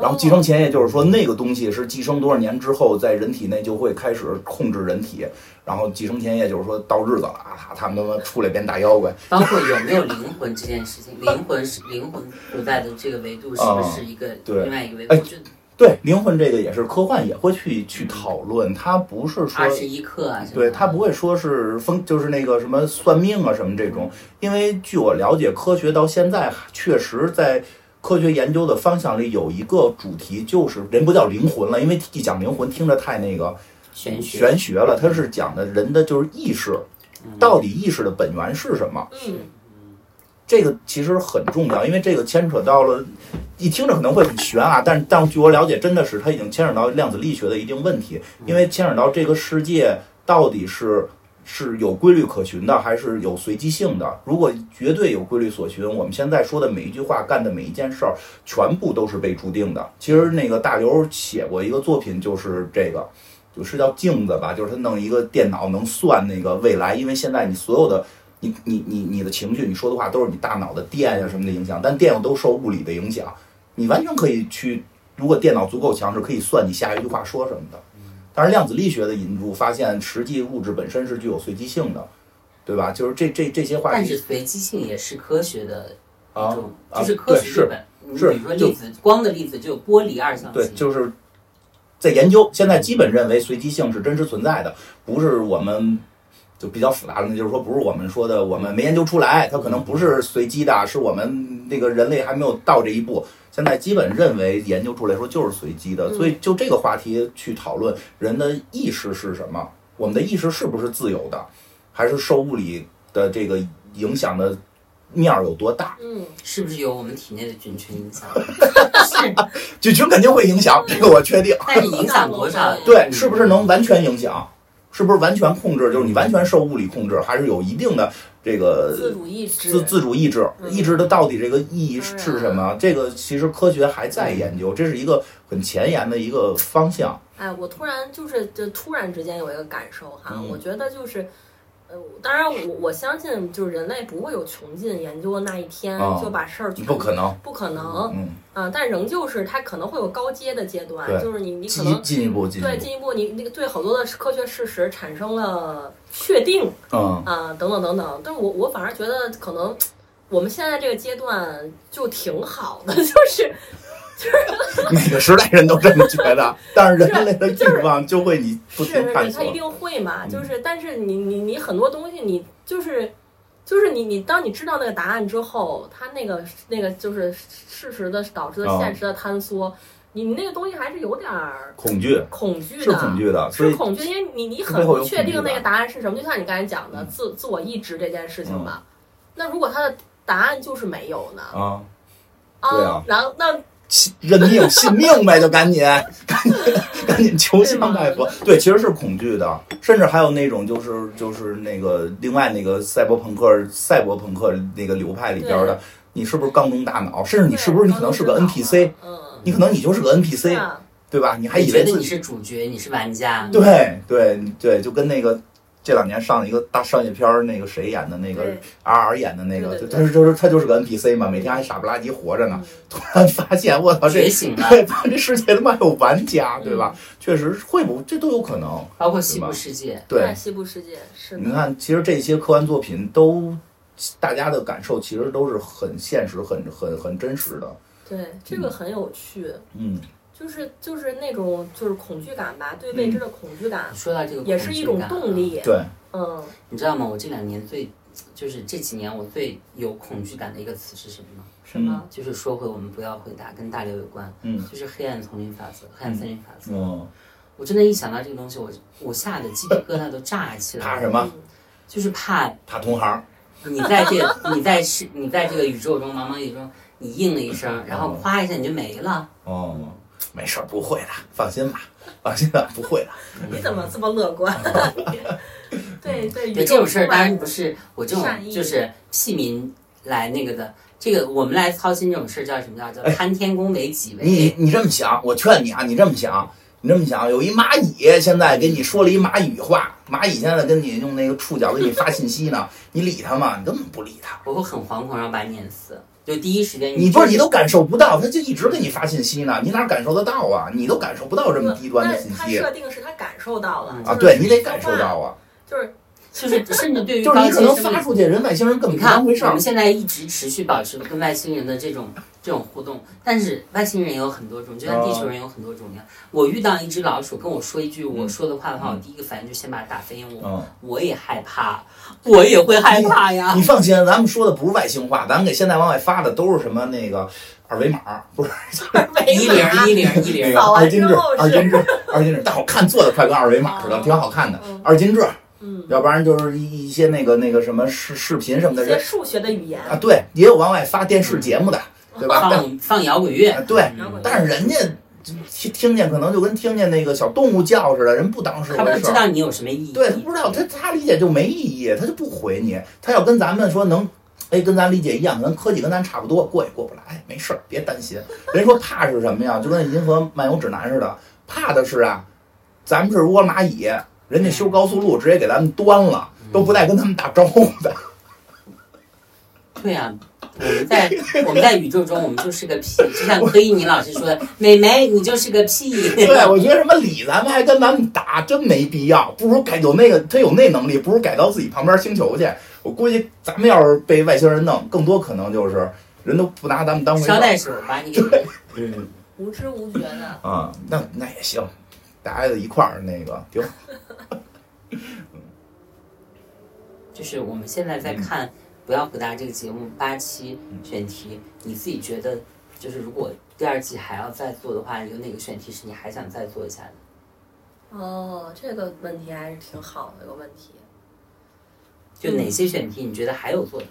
然后寄生前夜就是说那个东西是寄生多少年之后，在人体内就会开始控制人体。然后寄生前夜就是说到日子了啊，他们他妈出来变大妖怪，包括有没有灵魂这件事情，灵魂是灵魂所在的这个维度是不是一个哦对另外一个维度？哎就对灵魂这个也是科幻也会去去讨论，它不是说二十一克啊，什么对他不会说是风，就是那个什么算命啊什么这种，因为据我了解，科学到现在确实在科学研究的方向里有一个主题，就是人不叫灵魂了，因为一讲灵魂听着太那个玄学，玄学了，它是讲的人的就是意识，嗯到底意识的本源是什么？嗯这个其实很重要，因为这个牵扯到了，一听着可能会很悬啊，但是但据我了解，真的是它已经牵扯到量子力学的一定问题，因为牵扯到这个世界到底是是有规律可循的，还是有随机性的。如果绝对有规律所循，我们现在说的每一句话、干的每一件事儿，全部都是被注定的。其实那个大刘写过一个作品，就是这个。就是叫镜子吧，就是他弄一个电脑能算那个未来，因为现在你所有的你你你你的情绪，你说的话都是你大脑的电呀什么的影响，但电又都受物理的影响，你完全可以去，如果电脑足够强，是可以算你下一句话说什么的。但是量子力学的引入发现，实际物质本身是具有随机性的，对吧？就是这这这些话但题是随机性也是科学的一啊种，啊，就是科对学是本。你比是如说就粒子光的粒子只有玻璃二象对，性，就是在研究。现在基本认为随机性是真实存在的，不是我们就比较复杂的，那就是说不是我们说的我们没研究出来，它可能不是随机的，是我们那个人类还没有到这一步。现在基本认为研究出来说就是随机的，嗯所以就这个话题去讨论人的意识是什么，我们的意识是不是自由的，还是受物理的这个影响的面儿有多大？嗯，是不是有我们体内的菌群影 *laughs* 响？菌群肯定会影响，这个我确定。但是影响多少？对，嗯是不是能完全影响？是不是完全控制？就是你完全受物理控制，还是有一定的这个自主意志，呃自自主意志？嗯意志的到底这个意义是当是然什么？这个其实科学还在研究，这是一个很前沿的一个方向。哎，我突然就是就突然之间有一个感受哈，嗯我觉得就是呃，当然我我相信，就是人类不会有穷尽研究的那一天，啊就把事儿全不可能，不可能嗯，啊，但仍旧是它可能会有高阶的阶段对，就是你你可进能进一步进一对步，进一步你那个对好多的科学事实产生了确定嗯啊等等等等，但是我我反而觉得可能我们现在这个阶段就挺好的， *laughs* 就是每个时代人都这么觉 *laughs* 得，但是人类的欲望就会你不是啊是停探是，他索一。定会嘛，嗯就是但是你你你很多东西你就是。就是你，你当你知道那个答案之后，他那个那个就是事实的导致的哦现实的坍缩，你你那个东西还是有点儿恐惧恐惧的，是恐惧的，所是以恐惧，因为你你背很后有不确恐定惧那个感答案是什么，就像你刚才讲的嗯自自我意志这件事情吧。那如果他的答案就是没有呢？啊，对啊然后那信认命信命呗，就赶紧 *laughs* 赶紧赶紧求香拜嗯佛。对，其实是恐惧的，甚至还有那种就是就是那个另外那个赛博朋克赛博朋克那个流派里边的，你是不是刚中大脑？甚至你是不是你可能是个 NPC？？嗯，你可能你就是个对 NPC，啊，对吧？你还你以觉为得自你己是主角，你是玩家，对对对，就跟那个这两年上了一个大商业片儿，那个谁演的那个对 R R 演的那个，对对就对嗯他是就是他就是个 NPC 嘛，每天还傻不拉几活着呢，突然发现我操这觉醒了，对吧？这世界他妈有玩家，对吧？确实会不，这都有可能。包括西对吧部世界，对，西部世界是的你看，其实这些科幻作品都，大家的感受其实都是很现实、很很很真实的。对这个很有趣，嗯，就是就是那种就是恐惧感吧，对未知的恐惧感嗯说到这个也是一种恐惧感啊动。力。对，嗯，你知道吗？我这两年最，就是这几年我最有恐惧感的一个词是什么吗？嗯什么？就是说回我们不要回答，跟大刘有关，嗯，就是黑暗丛林法则、黑暗森林法则。嗯，我真的，一想到这个东西，我我吓得鸡皮疙瘩都炸起来。怕什么？就是怕怕同行。你在这，你在是，你在这个宇宙中茫茫宇宙中，你应了一声，然嗯后咵一下你就没了。哦，没事儿，不会的，放心吧，放心吧，不会的。你怎么这么 *laughs* 乐观？对对，宇对宙这种事儿，充满当然不是我这种善意就是屁民来那个的。这个我们来操心这种事儿叫什么叫叫潘天公为己哎你为？你这么想，我劝你啊，你这么想，你这么想，有一蚂蚁现在跟你说了一蚂蚁话，蚂蚁现在跟你用那个触角给你发信息呢，你理它吗？你根本不理它，我会很惶恐，然后把它碾死。就第一时间你不就是你都感受不到，它就一直给你发信息呢，你哪感受得到啊？你都感受不到这么低端的信那他息设定是他感受到了嗯啊，对你得感受，到啊，就是说就是甚至对于就是高你可阶能生命发出去，人外星人根你本不看，当回事我儿们。现在一直持续保持跟外星人的这种这种互动，但是外星人也有很多种，就像地球哦人有很多种一样。我遇到一只老鼠跟我说一句我说的话的话，我第一个反应就先把它打飞，因为我嗯，我也害怕，我也会害怕呀。你放心，咱们说的不是外星话，咱们给现在往外发的都是什么那个二维码，不是没一零一零一那零，个扫完二金制之后，是二金制，二金制，但我看做的快跟二维码似的，哦挺好看的。嗯二金制，嗯，要不然就是一一些那个那个什么视视频什么的一些人数学的语言，啊，对，也有往外发电视节目的，对哦吧？但放放摇滚乐啊，对，摇滚乐但是人家听听见可能就跟听见那个小动物叫似的，人不当是他回不事知儿。道你有什么意义，对他不知道，他他理解就没意义，他就不回你。他要跟咱们说能，哎，跟咱理解一样，可能科技跟咱差不多，过也过不来，没事儿，别担心。人说怕是什么呀？就跟《银河漫游指南》似的，怕的是啊，咱们是窝蚂蚁，人家修高速路直接给咱们端了，都不带跟他们打招呼的。对呀、我们在我们在宇宙中，我们就是个屁，就像柯一宁老师说的，美眉你就是个屁。 *laughs* 对，啊我觉得什么理咱们还跟咱们打，真没必要。不如改有那个他有那能力，不如改到自己旁边星球去。我估计咱们要是被外星人弄，更多可能就是人都不拿咱们当 *laughs* 回事 *laughs* 捎儿带手把你给弄嗯无知无觉的。啊，那那也行，大家一块儿那个挺好。就是我们现在在看《不要回答》这个节目八期选题，你自己觉得，就是如果第二季还要再做的话，有哪个选题是你还想再做一下的？哦，这个问题还是挺好的一个问题。就哪些选题你觉得还有做头？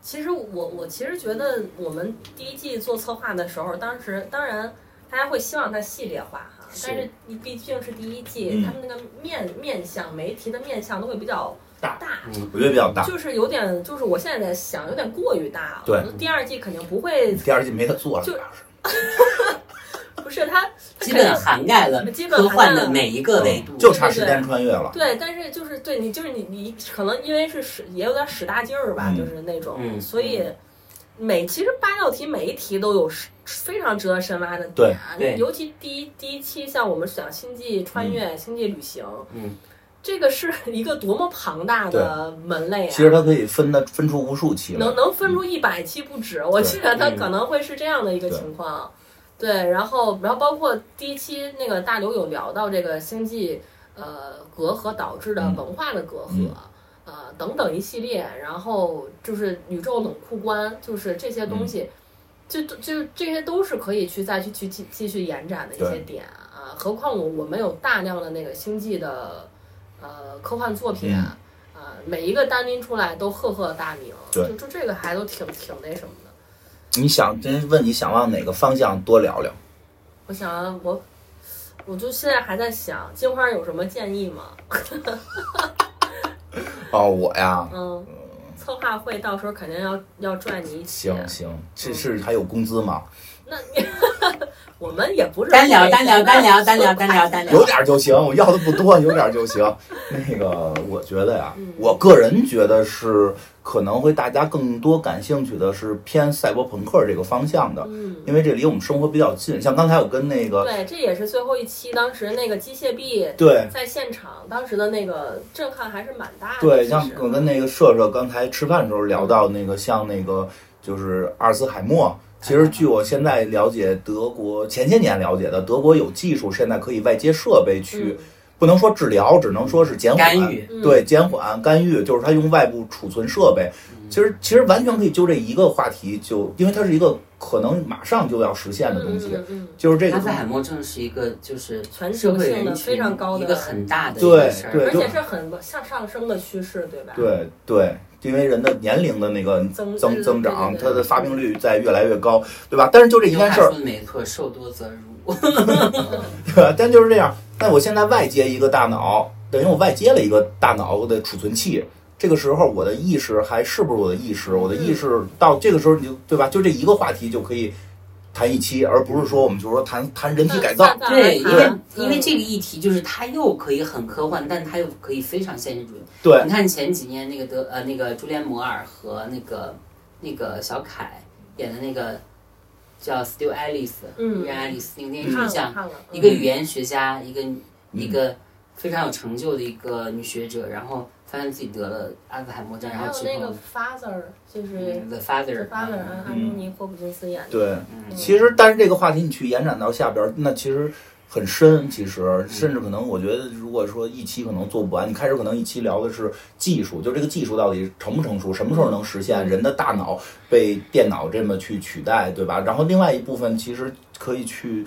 其实我我其实觉得我们第一季做策划的时候，当时当然大家会希望它系列化哈，是但是你毕竟是第一嗯季，他们那个面面向媒体的面向都会比较大大嗯，我觉得比较大，就是有点就是我现在在想有点过于大了。对第二季肯定不会嗯第二季没他做了，就主要是不是他，他基肯定本涵盖了基本科涵盖幻的了每一个维度。就差时间穿越了。对，但是就是对你，就是你，你可能因为是使也有点使大劲儿吧，嗯就是那种，嗯所以每其实八道题每一题都有是非常值得深挖的点啊对对尤其第一第一期像我们讲星际穿越、星际旅行，嗯，这个是一个多么庞大的门类啊！其实它可以分的分出无数期来嗯能。能分出一百期不止，我觉得它嗯可能会是这样的一个情况。对，然后然后包括第一期那个大刘有聊到这个星际呃隔阂导致的嗯文化的隔阂。嗯呃，等等一系列，然后就是宇宙冷酷观，就是这些嗯东西，就就这些都是可以去再去去继继续延展的一些对点啊。何况我我们有大量的那个星际的呃科幻作品嗯啊，啊每一个单拎出来都赫赫大名，对就就这个还都挺挺那什么的。你想，真问你想往哪个方向多聊聊？我想啊我我就现在还在想，金花有什么建议吗？哦，我呀，嗯，策划会到时候肯定要要拽你一啊起，行行，这是还有工资吗？那你我们也不是单聊不给单聊钱单聊单聊单聊 *laughs* 单有聊，点儿就行，我要的不多，有点儿就行。那个，我觉得呀嗯，我个人觉得是可能会大家更多感兴趣的是偏赛博朋克这个方向的，嗯，因为这离我们生活比较近。像刚才我跟那个对，这也是最后一期，当时那个机械臂对在现场，当时的那个震撼还是蛮大的。对，其像实我跟那个社社刚才吃饭的时候聊到那个，像那个就是阿尔茨海默。其实，据我现在了解，德国前些年了解的，德国有技术，现在可以外接设备嗯去，不能说治疗，只能说是减缓干预。嗯、嗯，对，减缓干预就是它用外部储存设备。嗯其实其实完全可以就这一个话题就，因为它是一个可能马上就要实现的东西，嗯嗯嗯就是这个阿斯海默症是一个就是全社球会性人的群非常高的一个很大的一对个事嗯，儿。对而就且是很向上升的趋势，对吧？，对对，因为人的年龄的那个增增增长，对它对对的发病率在越来越高，对吧？但是就这一有件话事儿说，的没错，受多则辱。对但就是这样。但我现在外接一个大脑，等于我外接了一个大脑的储存器。这个时候，我的意识还是不是我的意识？我的意识到这个时候，你就对吧？就这一个话题就可以谈一期，而不是说我们就是说谈谈人体改造。对，因为因为嗯这个议题就是它又可以很科幻，但它又可以非常现实主义。对你看前几年那个德呃那个朱莲摩尔和那个那个小凯演的那个叫《Still Alice》嗯依然爱丽丝那个电看视剧了讲嗯看了，一个嗯语言学家，一个一个非常有成就的一个女学者，然后发现自己得了阿兹海默症，嗯然还后有之那个后 father 就是嗯 The 是 Father， father 啊安嗯安东尼霍普金斯演的，对，嗯其实但是这个话题你去延展到下边儿，那其实很深，其实甚至可能我觉得，如果说一期可能做不完，你开始可能一期聊的是技术，就这个技术到底成不成熟，什么时候能实现，人的大脑被电脑这么去取代，对吧？然后另外一部分其实可以去。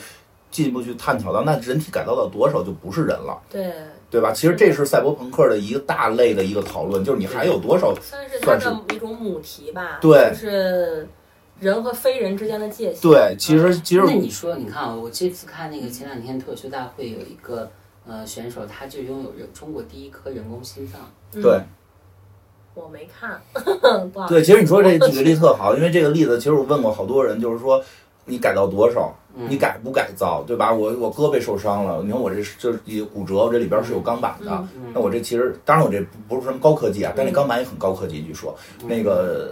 进一步去探讨到，那人体改造到多少就不是人嗯了，对，对吧？其实这是赛博朋克的一个大类的一个讨论，就是你还有多少算是他算的一种母题吧，对就是人和非人之间的界限，对？其实其实那你说，你看啊，我这次看那个前两天脱口秀大会有一个呃选手，他就拥有人中国第一颗人工心脏。嗯对，我没看， *laughs* 不好意思对，其实你说哦这举个例特好，因为这个例子，其实我问过好多人，就是说你改造多少，嗯你改不改造，对吧？我我胳膊受伤了，你看我这是这一骨折，我这里边是有钢板的嗯，嗯那我这其实当然我这不不是什么高科技啊，但这嗯钢板也很高科技，据说嗯那个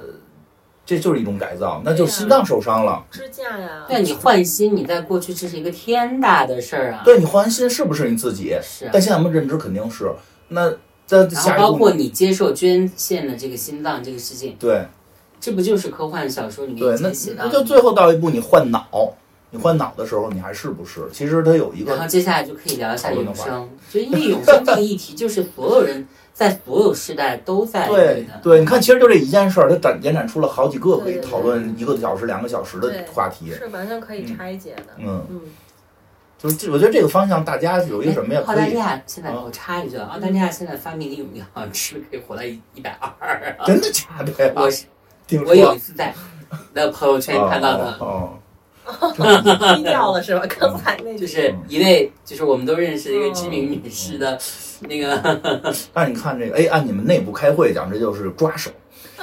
这就是一种改造，那就是对啊心脏受伤了，支架呀，对你换心，你在过去这是一个天大的事儿啊。对你换完心是不是你自己？是啊。但现在我们认知肯定是，那在然后下一包步括你你接受捐献的这个心脏这个事情，对这不就是科幻小说里面对已，那经写到那的就吗？最后到一步你换脑。你换脑的时候，你还是不是？其实它有一个然后接下来就可以聊一下讨论的永话生，就因为永生这个议题，就是所有人在所有时代都在对的。对，你看，其实就这一件事儿，它展延展出了好几个可以对对讨论一个小时、两个小时的对话题。是完全可以拆解的，嗯，嗯，就是这我觉得这个方向，大家有一个什么呀？哎澳可大利以亚现在啊我插一句，啊，澳大利亚现在发明了一种药，吃了可以活到一一百二。啊真的假的呀？我是哎听我有一说次在那朋友圈看到的，哦，嗯低调了是吧？刚才啊那嗯就句是嗯一位就是我们都认识的一个知名哦女士的那个但是你看这个，哎，按你们内部开会讲，这就是抓手，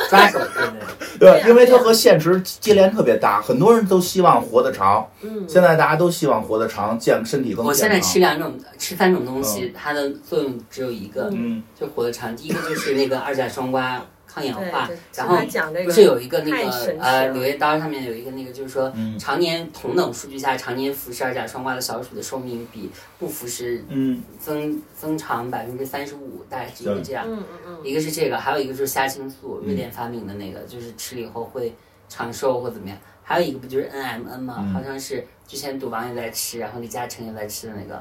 抓手，对不对？对对呀，因为对呀啊它和现实接连特别大，很多人都希望活得长。嗯，现在大家都希望活得长，健身体更健康。我现在吃两种，吃三种东西，它的作用只有一个，嗯就活得长。第一个就是那个二甲双胍抗氧对，化这，然刚后才讲这不个是有一个那太神奇个了呃《柳叶刀》上面有一个那个，就是说嗯常年同等数据下，常年服食二甲双胍的小鼠的寿命比不服食嗯增增长百分之三十五，大概是一个对这样。嗯嗯嗯，一个是这个，还有一个就是虾青素，嗯瑞典发明的那个，就是吃了以后会长寿或怎么样。还有一个不就是 NMN 吗？嗯好像是之前赌王也在吃，然后李嘉诚也在吃的那 *laughs* 个，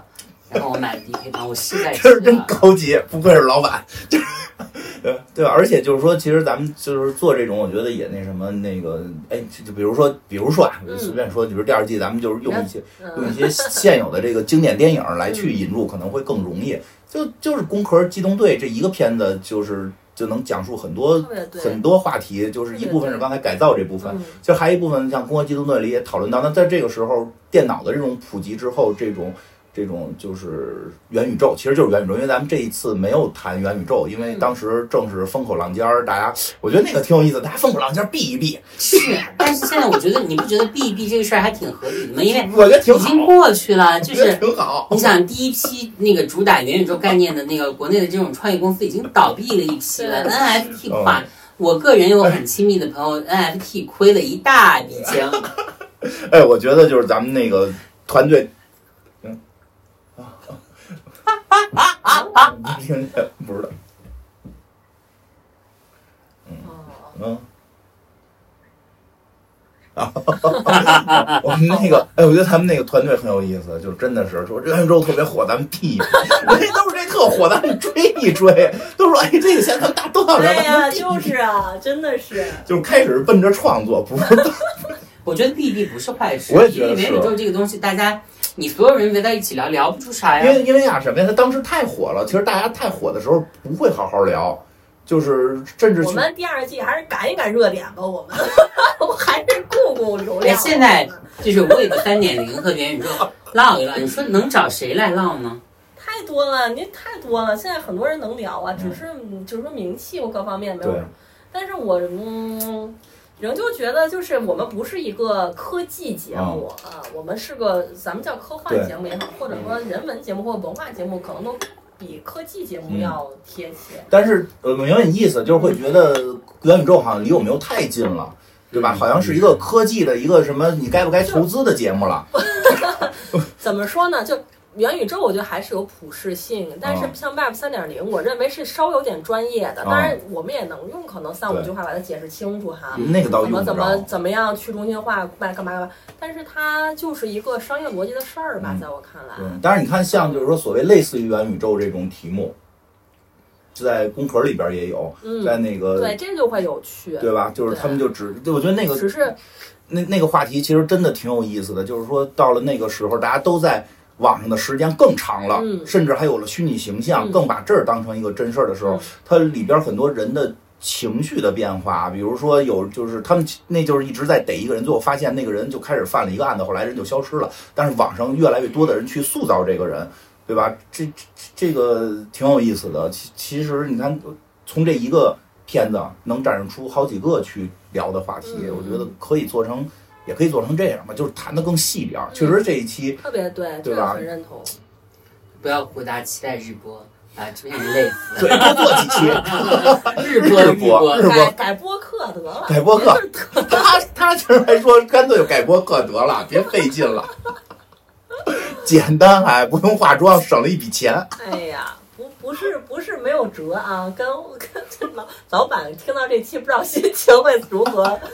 然后我买了第一配方，我是在吃这是真啊。高级，不愧是老板。这，呃对吧？而且就是说，其实咱们就是做这种，我觉得也那什么那个，哎，就就比如说，比如说啊，嗯随便说，比如第二季，咱们就是用一些用嗯一些现有的这个经典电影来去引入，可能会更容易。就就是《工壳机动队》这一个片子，就是就能讲述很多特别对，很多话题，就是一部分是刚才改造这部分，嗯其实还有一部分像《攻壳机动队》里也讨论到，那在这个时候，电脑的这种普及之后，这种这种就是元宇宙，其实就是元宇宙，因为咱们这一次没有谈元宇宙，因为当时正是风口浪尖儿，大家我觉得那个挺有意思，大家风口浪尖儿避一避，是，但是现在我觉得你不觉得 B 一 B 这个事儿还挺合理的吗？因为我觉得挺已好，经过去了，就我觉得是挺好你。想第一批那个主打元宇宙概念的那个国内的这种创业公司已经倒闭了一批了对，NFT 哦化。我个人有很亲密的朋友，NFT 亏了一大笔钱，哎，我觉得就是咱们那个团队，嗯 *laughs* *laughs* 啊啊啊啊！你听见不知道，哦，嗯。啊我们那个，哎，我觉得他们那个团队很有意思，就真的是说元宇宙特别火，咱们避一避。我这都是这特火，咱们追一追。都说哎，这个钱咱们大多少对人？呀、就是啊，真的是，就是开始奔着创作，不是我觉得 B 币不是坏事，我也觉因得是为元宇宙这个东西，大家你所有人围在一起聊，聊不出啥哎因呀。为因为啊什么呀？他当时太火了，其实大家太火的时候不会好好聊，就是甚至我去们第二季还是赶一赶热点吧，我们 *laughs* 我还是顾顾流哎，量。现在就是 Web 三点零和元宇宙唠一唠，你说能找谁来唠呢？太多了，您太多了，现在很多人能聊啊，只是嗯就是说名气或各方面没有对，但是我嗯，仍旧觉得就是我们不是一个科技节目啊，我们是个咱们叫科幻节目也好，或者说人文节目或文化节目，可能都比科技节嗯目要贴切。但是呃，我明白你意思，就是会觉得元宇宙好像离我们又太近了，对吧？好像是一个科技的一个什么，你该不该投资的节目了。怎么说呢？就元宇宙，我觉得还是有普适性，但是嗯像 Web 三点零，我认为是稍微有点专业的。嗯当然，我们也能用可能三五对句话把它解释清楚哈。那个倒用怎么不怎么着。怎么样去中心化，干嘛干嘛干嘛？但是它就是一个商业逻辑的事儿吧，嗯在我看来。对，但是你看，像就是说所谓类似于元宇宙这种题目，就在工壳里边也有，嗯，在那个对，这就会有趣。对吧？就是他们就只，对我觉得那个只是那那个话题其实真的挺有意思的，就是说到了那个时候，大家都在网上的时间更长了，嗯甚至还有了虚拟形象，嗯更把这儿当成一个真事儿的时候，嗯它里边很多人的情绪的变化，比如说有就是他们那就是一直在逮一个人，最后发现那个人就开始犯了一个案子，后来人就消失了，但是网上越来越多的人去塑造这个人，对吧？这这这个挺有意思的。其其实你看，从这一个片子能展示出好几个去聊的话题，嗯我觉得可以做成，也可以做成这样吧，就是谈的更细点儿。确嗯实这一期，特别对，这对个吧很认同。不要过大期待日播啊，这边人累死对，了。多做几期。 *laughs* 日播日播播日，播改改播客得了，改播客别就是得他他竟然还说干脆就改播客得了，别费劲了，简单还不用化妆，省了一笔 *laughs* 钱。哎呀，不不是不是没有辙啊，跟跟这老老板听到这期不知道心情会如何。 *laughs*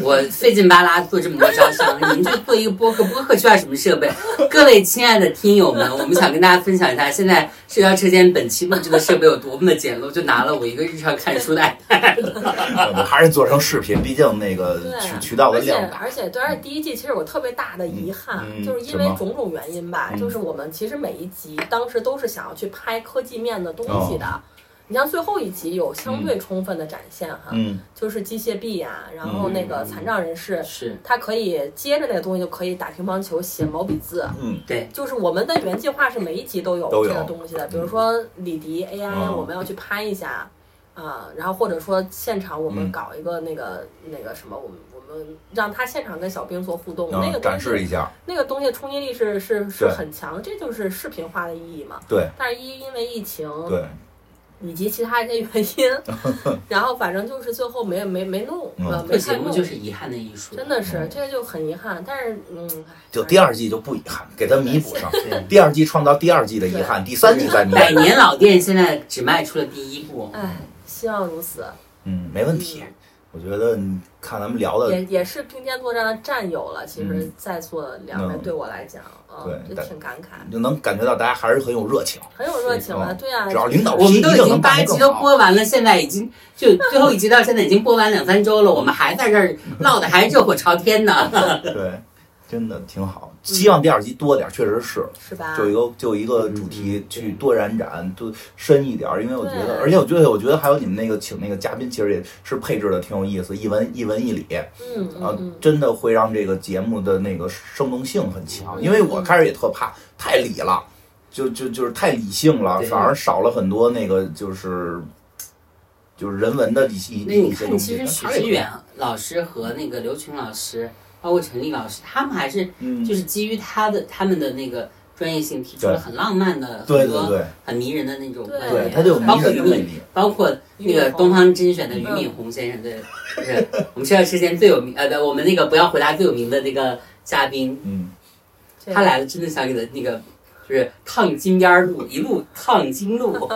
我费劲巴拉做这么多招商，你们就做一个播客，播客需要什么设备？各位亲爱的听友们，我们想跟大家分享一下，现在社交车间本期录制的设备有多么的简陋，就拿了我一个日常看书 *laughs* 的 iPad。我们还是做成视频，毕竟那个对渠渠道的而且量大。而且，对，而且第一季其实有特别大的遗憾，嗯嗯就是因什为么种种原因吧，嗯就是我们其实每一集当时都是想要去拍科技面的东西哦的。你像最后一集有相对充分的展现哈，嗯，就是机械臂呀、然后那个残障人士，是，他可以接着那个东西就可以打乒乓球、写毛笔字。嗯，对，就是我们的原计划是每一集都有都有这个东西的，比如说李迪 AI，、嗯我们要去拍一下。啊，然后或者说现场我们嗯搞一个那个、那个什么，我们我们让他现场跟小兵做互动，那个嗯，东展西示一下，那个东西冲击力是是是对很强，这就是视频化的意义嘛。对。但是因因为疫情对，以及其他一些原 *laughs* 因，然后反正就是最后没没没弄，嗯呃，做没节太目弄，就是遗憾的艺术，真的是这个就很遗憾。但是嗯，唉就反第正二季就不遗憾，给它弥补上。对第二季创造第二季的遗憾，第三季再弥补。百年老店现在只卖出了第一部，唉，希望如此。嗯，没问题。我觉得你看咱们聊的，也也是并肩作战的战友了。其实呃嗯，在座两位嗯对我来讲，啊对，就但挺感慨，你就能感觉到大家还是很有热情。很有热情啊。嗯对啊，只要领导我们都已一定经能八干得集更都好播完了，现在已经就最后一集到现在已经播完两三周了，我们还在这儿闹得还热火朝天呢。对，真的挺嗯好。希望第二季多点儿，确实是。是啊吧？就一个就一嗯个主题去多延展、多深一点儿，因为我觉对得，而且我觉得，我觉得还有你们那个请那个嘉宾，其实也是配置的挺有意思，一文一文一理嗯啊嗯，嗯，真的会让这个节目的那个生动性很强。因为我嗯开始也特怕太理了，就就就是太理性了，对反而少了很多那个就是就是人文的一些那你一些看，东其。西实但许他也知远老师和那个刘群老师，包括陈丽老师，他们还是嗯，就是基于他的他们的那个专业性，提出了很浪漫的、对很对多对很迷人的那种观对，点，他就有包括迷人的俞魅敏，力。包括那个东方甄选的俞敏洪先生，对，就是我们学校之前最有名呃，对我们那个不要回答最有名的那个嘉宾，嗯，这他来了，真的想给他那个就是烫金边儿路，一路烫金路。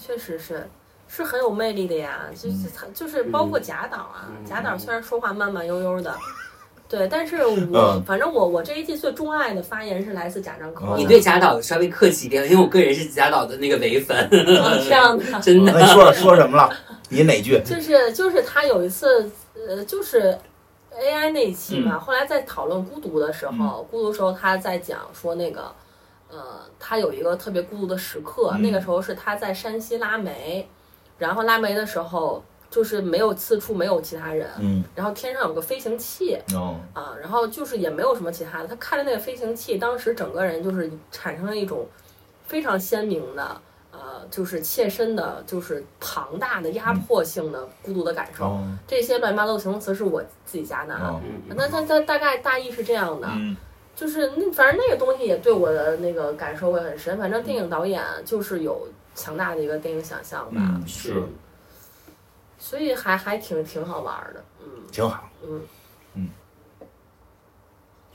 确实是。是很有魅力的呀，嗯就是他就是包括贾导啊，嗯贾导虽然说话慢慢悠悠的，对，但是我、嗯反正我我这一季最钟爱的发言是来自贾樟柯的，你对贾导稍微客气一点，因为我个人是贾导的那个唯粉，哦啊这样的，真那的。你哎说说说什么了？你哪句？就是就是他有一次，呃，就是 AI 那一期嘛，后来在讨论孤独的时候，孤独的时候他在讲说那个，呃，他有一个特别孤独的时刻，嗯那个时候是他在山西拉煤，然后拉煤的时候就是没有四处没有其他人，嗯，然后天上有个飞行器。哦，啊，然后就是也没有什么其他的，他看着那个飞行器，当时整个人就是产生了一种非常鲜明的，呃，就是切身的，就是庞大的压迫性的孤独的感受。哦，这些乱七八糟的形容词是我自己嗯加的啊。哦，那他他大概大意是这样的，嗯，就是那反正那个东西也对我的那个感受会很深。反正电影导演就是有强大的一个电影想象吧，嗯，是。所以还还挺挺好玩儿的。嗯挺好。嗯，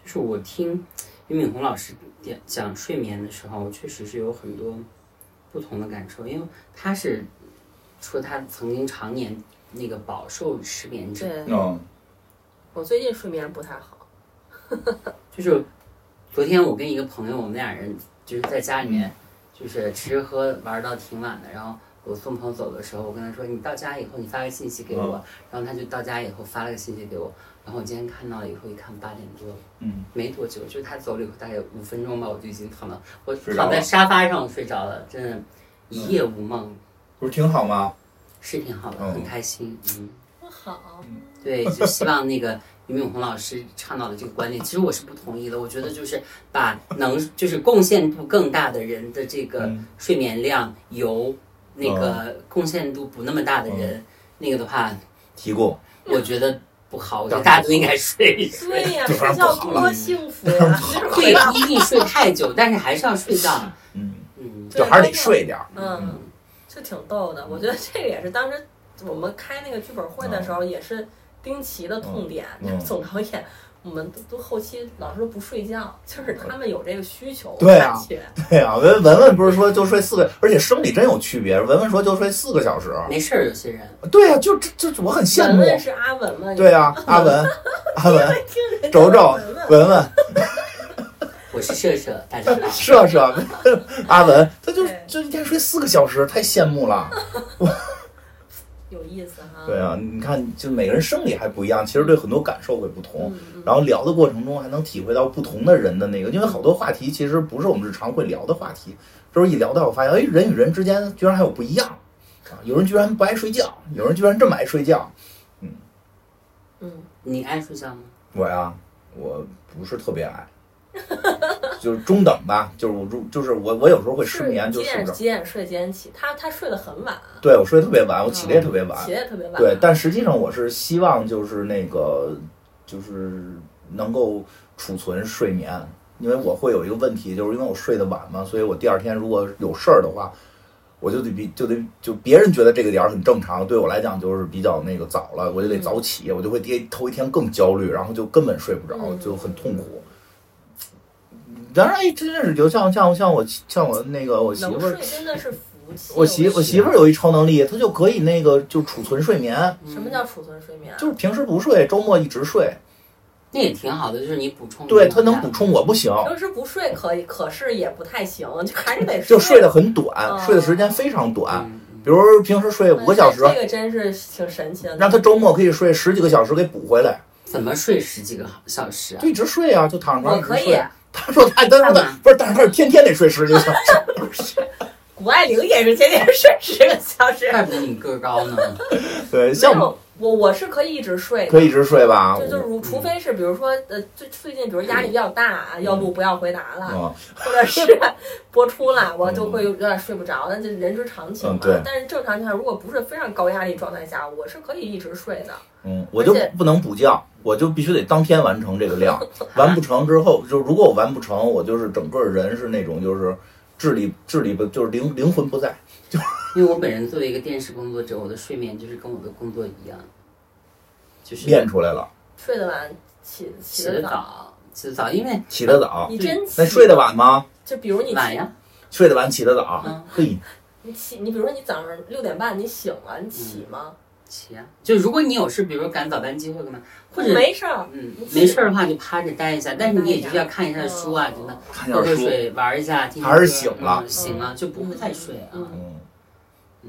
就是我听俞敏洪老师讲讲睡眠的时候，我确实是有很多不同的感受，因为他是说他曾经常年那个饱受失眠症，对嗯我最近睡眠不太好。就是昨天我跟一个朋友，我们俩人就是在家里面就是吃吃喝玩到挺晚的，然后。我送朋友走的时候，我跟他说：“你到家以后，你发个信息给嗯我。然后他就到家以后发了个信息给我。然后我今天看到了以后，一看八点多了。嗯，没多久，就是他走了以后，大概五分钟吧，我就已经躺到我睡着躺在了嗯沙发上我睡着了，真的，一夜无梦，不是挺好吗？是挺好的，嗯很开心。嗯，好，对，就希望那个 *laughs* 俞敏洪老师倡导的这个观点，其实我是不同意的。我觉得就是把能就是贡献度更大的人的这个嗯哦睡眠量，由那个贡献度不那么大的人，那个的话，提供，我觉得不好。我觉得大家都应该睡 *laughs* 一睡。对呀、哎这玩意睡儿觉不好多幸福呀、会不一定睡太久，但是还是要睡觉。嗯，嗯，就还是得睡点儿。嗯，就挺逗的。我觉得这个也是当时我们开那个剧本会的时候，也是丁奇的痛点。嗯就是 *laughs* 总导演，我们都都后期老是都不睡觉，就是他们有这个需求。对啊我感觉 *laughs* 对啊，文文文不是说就睡四个，而且生理真有区别。文文说就睡四个小时，没事儿，有些人。对啊，就这这我很羡文文慕。是阿文嘛？对 *laughs* 啊，阿文，阿文，听人家轴轴文文，文文，我是社社，大家好。射射，阿文，他就对就一天睡四个小时，太羡慕了。有意思哈。对啊，你看，就每个人生理还不一样，其实对很多感受会不同。嗯，嗯然后聊的过程中还能体会到不同的人的那个，因为好多话题其实不是我们日常会聊的话题，就是一聊到我发现，哎，人与人之间居然还有不一样啊！有人居然不爱睡觉，有人居然这么爱睡觉。嗯，你爱睡觉吗？我呀，我不是特别爱， *laughs* 就是中等吧，就是我中，就是我我有时候会失眠，就几睡点不着。几点睡，几点起？他他睡得很晚，对我睡得特别晚，我起的也特别晚起。得也特别晚。对，但实际上我是希望就是那个就是能够储存睡眠，因为我会有一个问题，就是因为我睡得晚嘛，所以我第二天如果有事儿的话，我就得比就得就别人觉得这个点儿很正常，对我来讲就是比较那个早了，我就得嗯早起，我就会第头一天更焦虑，然后就根本睡不着，嗯就很痛苦。当然，哎，真是就像像像我像我那个我媳能妇儿睡，真的是福气。我媳我媳妇儿有一超能力，她就可以那个就储存睡眠。什么叫储存睡眠啊？就是平时不睡，周末一直睡，那也挺好的，就是你补充能嗯对量，他能补充，我不行，平时不睡可以，可是也不太行，就还是得就睡睡得很短，哦睡的时间非常短，嗯。嗯比如平时睡五个小时，嗯这个真是挺神奇的。让他周末可以睡十几个小时给补回来，怎么睡十几个小时啊就？一直睡啊，就躺嗯我床上可一直以睡。，他说他，他说干他嘛不是，但是他是天天得睡十几个小时， *laughs* 谷爱凌也是天天睡十个小时。怪不得你个儿高呢。对，没哎像有，我我是可以一直睡的，可以一直睡吧，就就我嗯如除非是比如说呃，最最近比如压力比较大，啊要录不要回答了，嗯，或 *laughs* 者是播出了，我就会有点睡不着，那就人之常情嗯嘛对。但是正常情况下，如果不是非常高压力状态下，我是可以一直睡的。嗯，我就啊而且不能补觉，我就必须得当天完成这个 *laughs* 量，完不成之后，就如果我完不成，我就是整个人是那种就是智力智力不就是灵灵魂不在。因为我本人作为一个电视工作者，我的睡眠就是跟我的工作一样，就是练出来了，睡得晚，起起起得得早。早，起得早，因为起得早。你真起那睡得晚吗？就比如你晚起呀，睡得晚，起得早嗯。嘿，你起，你比如说你早上六点半你醒了，你起嗯吗？起呀。就如果你有事，比如说赶早班机或者干嘛，或者没事儿，嗯没事儿的话就趴着待一下，但是你也就是要看一下书啊，嗯真的看喝点喝书。水玩一下，听听还是歌醒了嗯醒了就不会再睡啊。嗯嗯，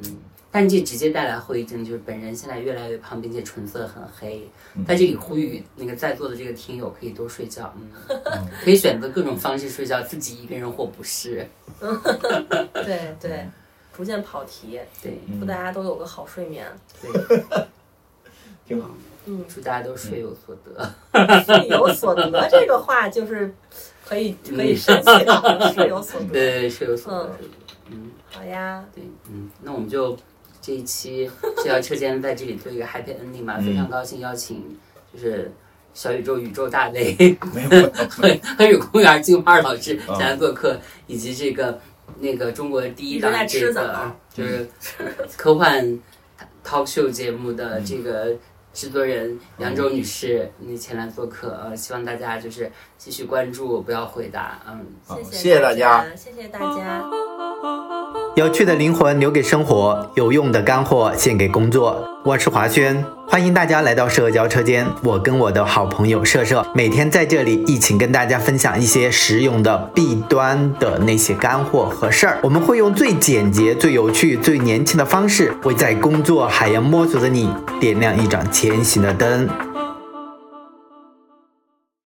嗯，但这直接带来后遗症就是本人现在越来越胖，并且唇色很黑嗯。在这里呼吁那个在座的这个听友可以多睡觉，嗯， *laughs* 可以选择各种方式睡觉，自己一个人或不是。嗯对对，逐渐跑题，对嗯祝大家都有个好睡眠。对，挺好。嗯， *laughs* 祝大家都睡有所得。睡有所得这个话就是可以可以申请了，睡有所得。嗯 *laughs* 对，睡有所得。嗯，好呀，对，嗯，那我们就这一期这条车间在这里做一个 happy ending 吧。嗯非常高兴邀请就是小宇宙宇宙大雷。没有没有，黑黑水公园金花老师啊前来做客，以及这个那个中国第一档一这直在吃枣个啊就是科幻 talk show 节目的这个制作人扬州女士，你前来做客，呃，希望大家就是继续关注，不要回答，嗯，好谢谢大家，谢谢大家。有趣的灵魂留给生活，有用的干货献给工作。我是华轩，欢迎大家来到社交车间。我跟我的好朋友社社每天在这里一起跟大家分享一些实用的弊端的那些干货和事儿。我们会用最简洁、最有趣、最年轻的方式，为在工作海洋摸索的你点亮一盏前行的灯。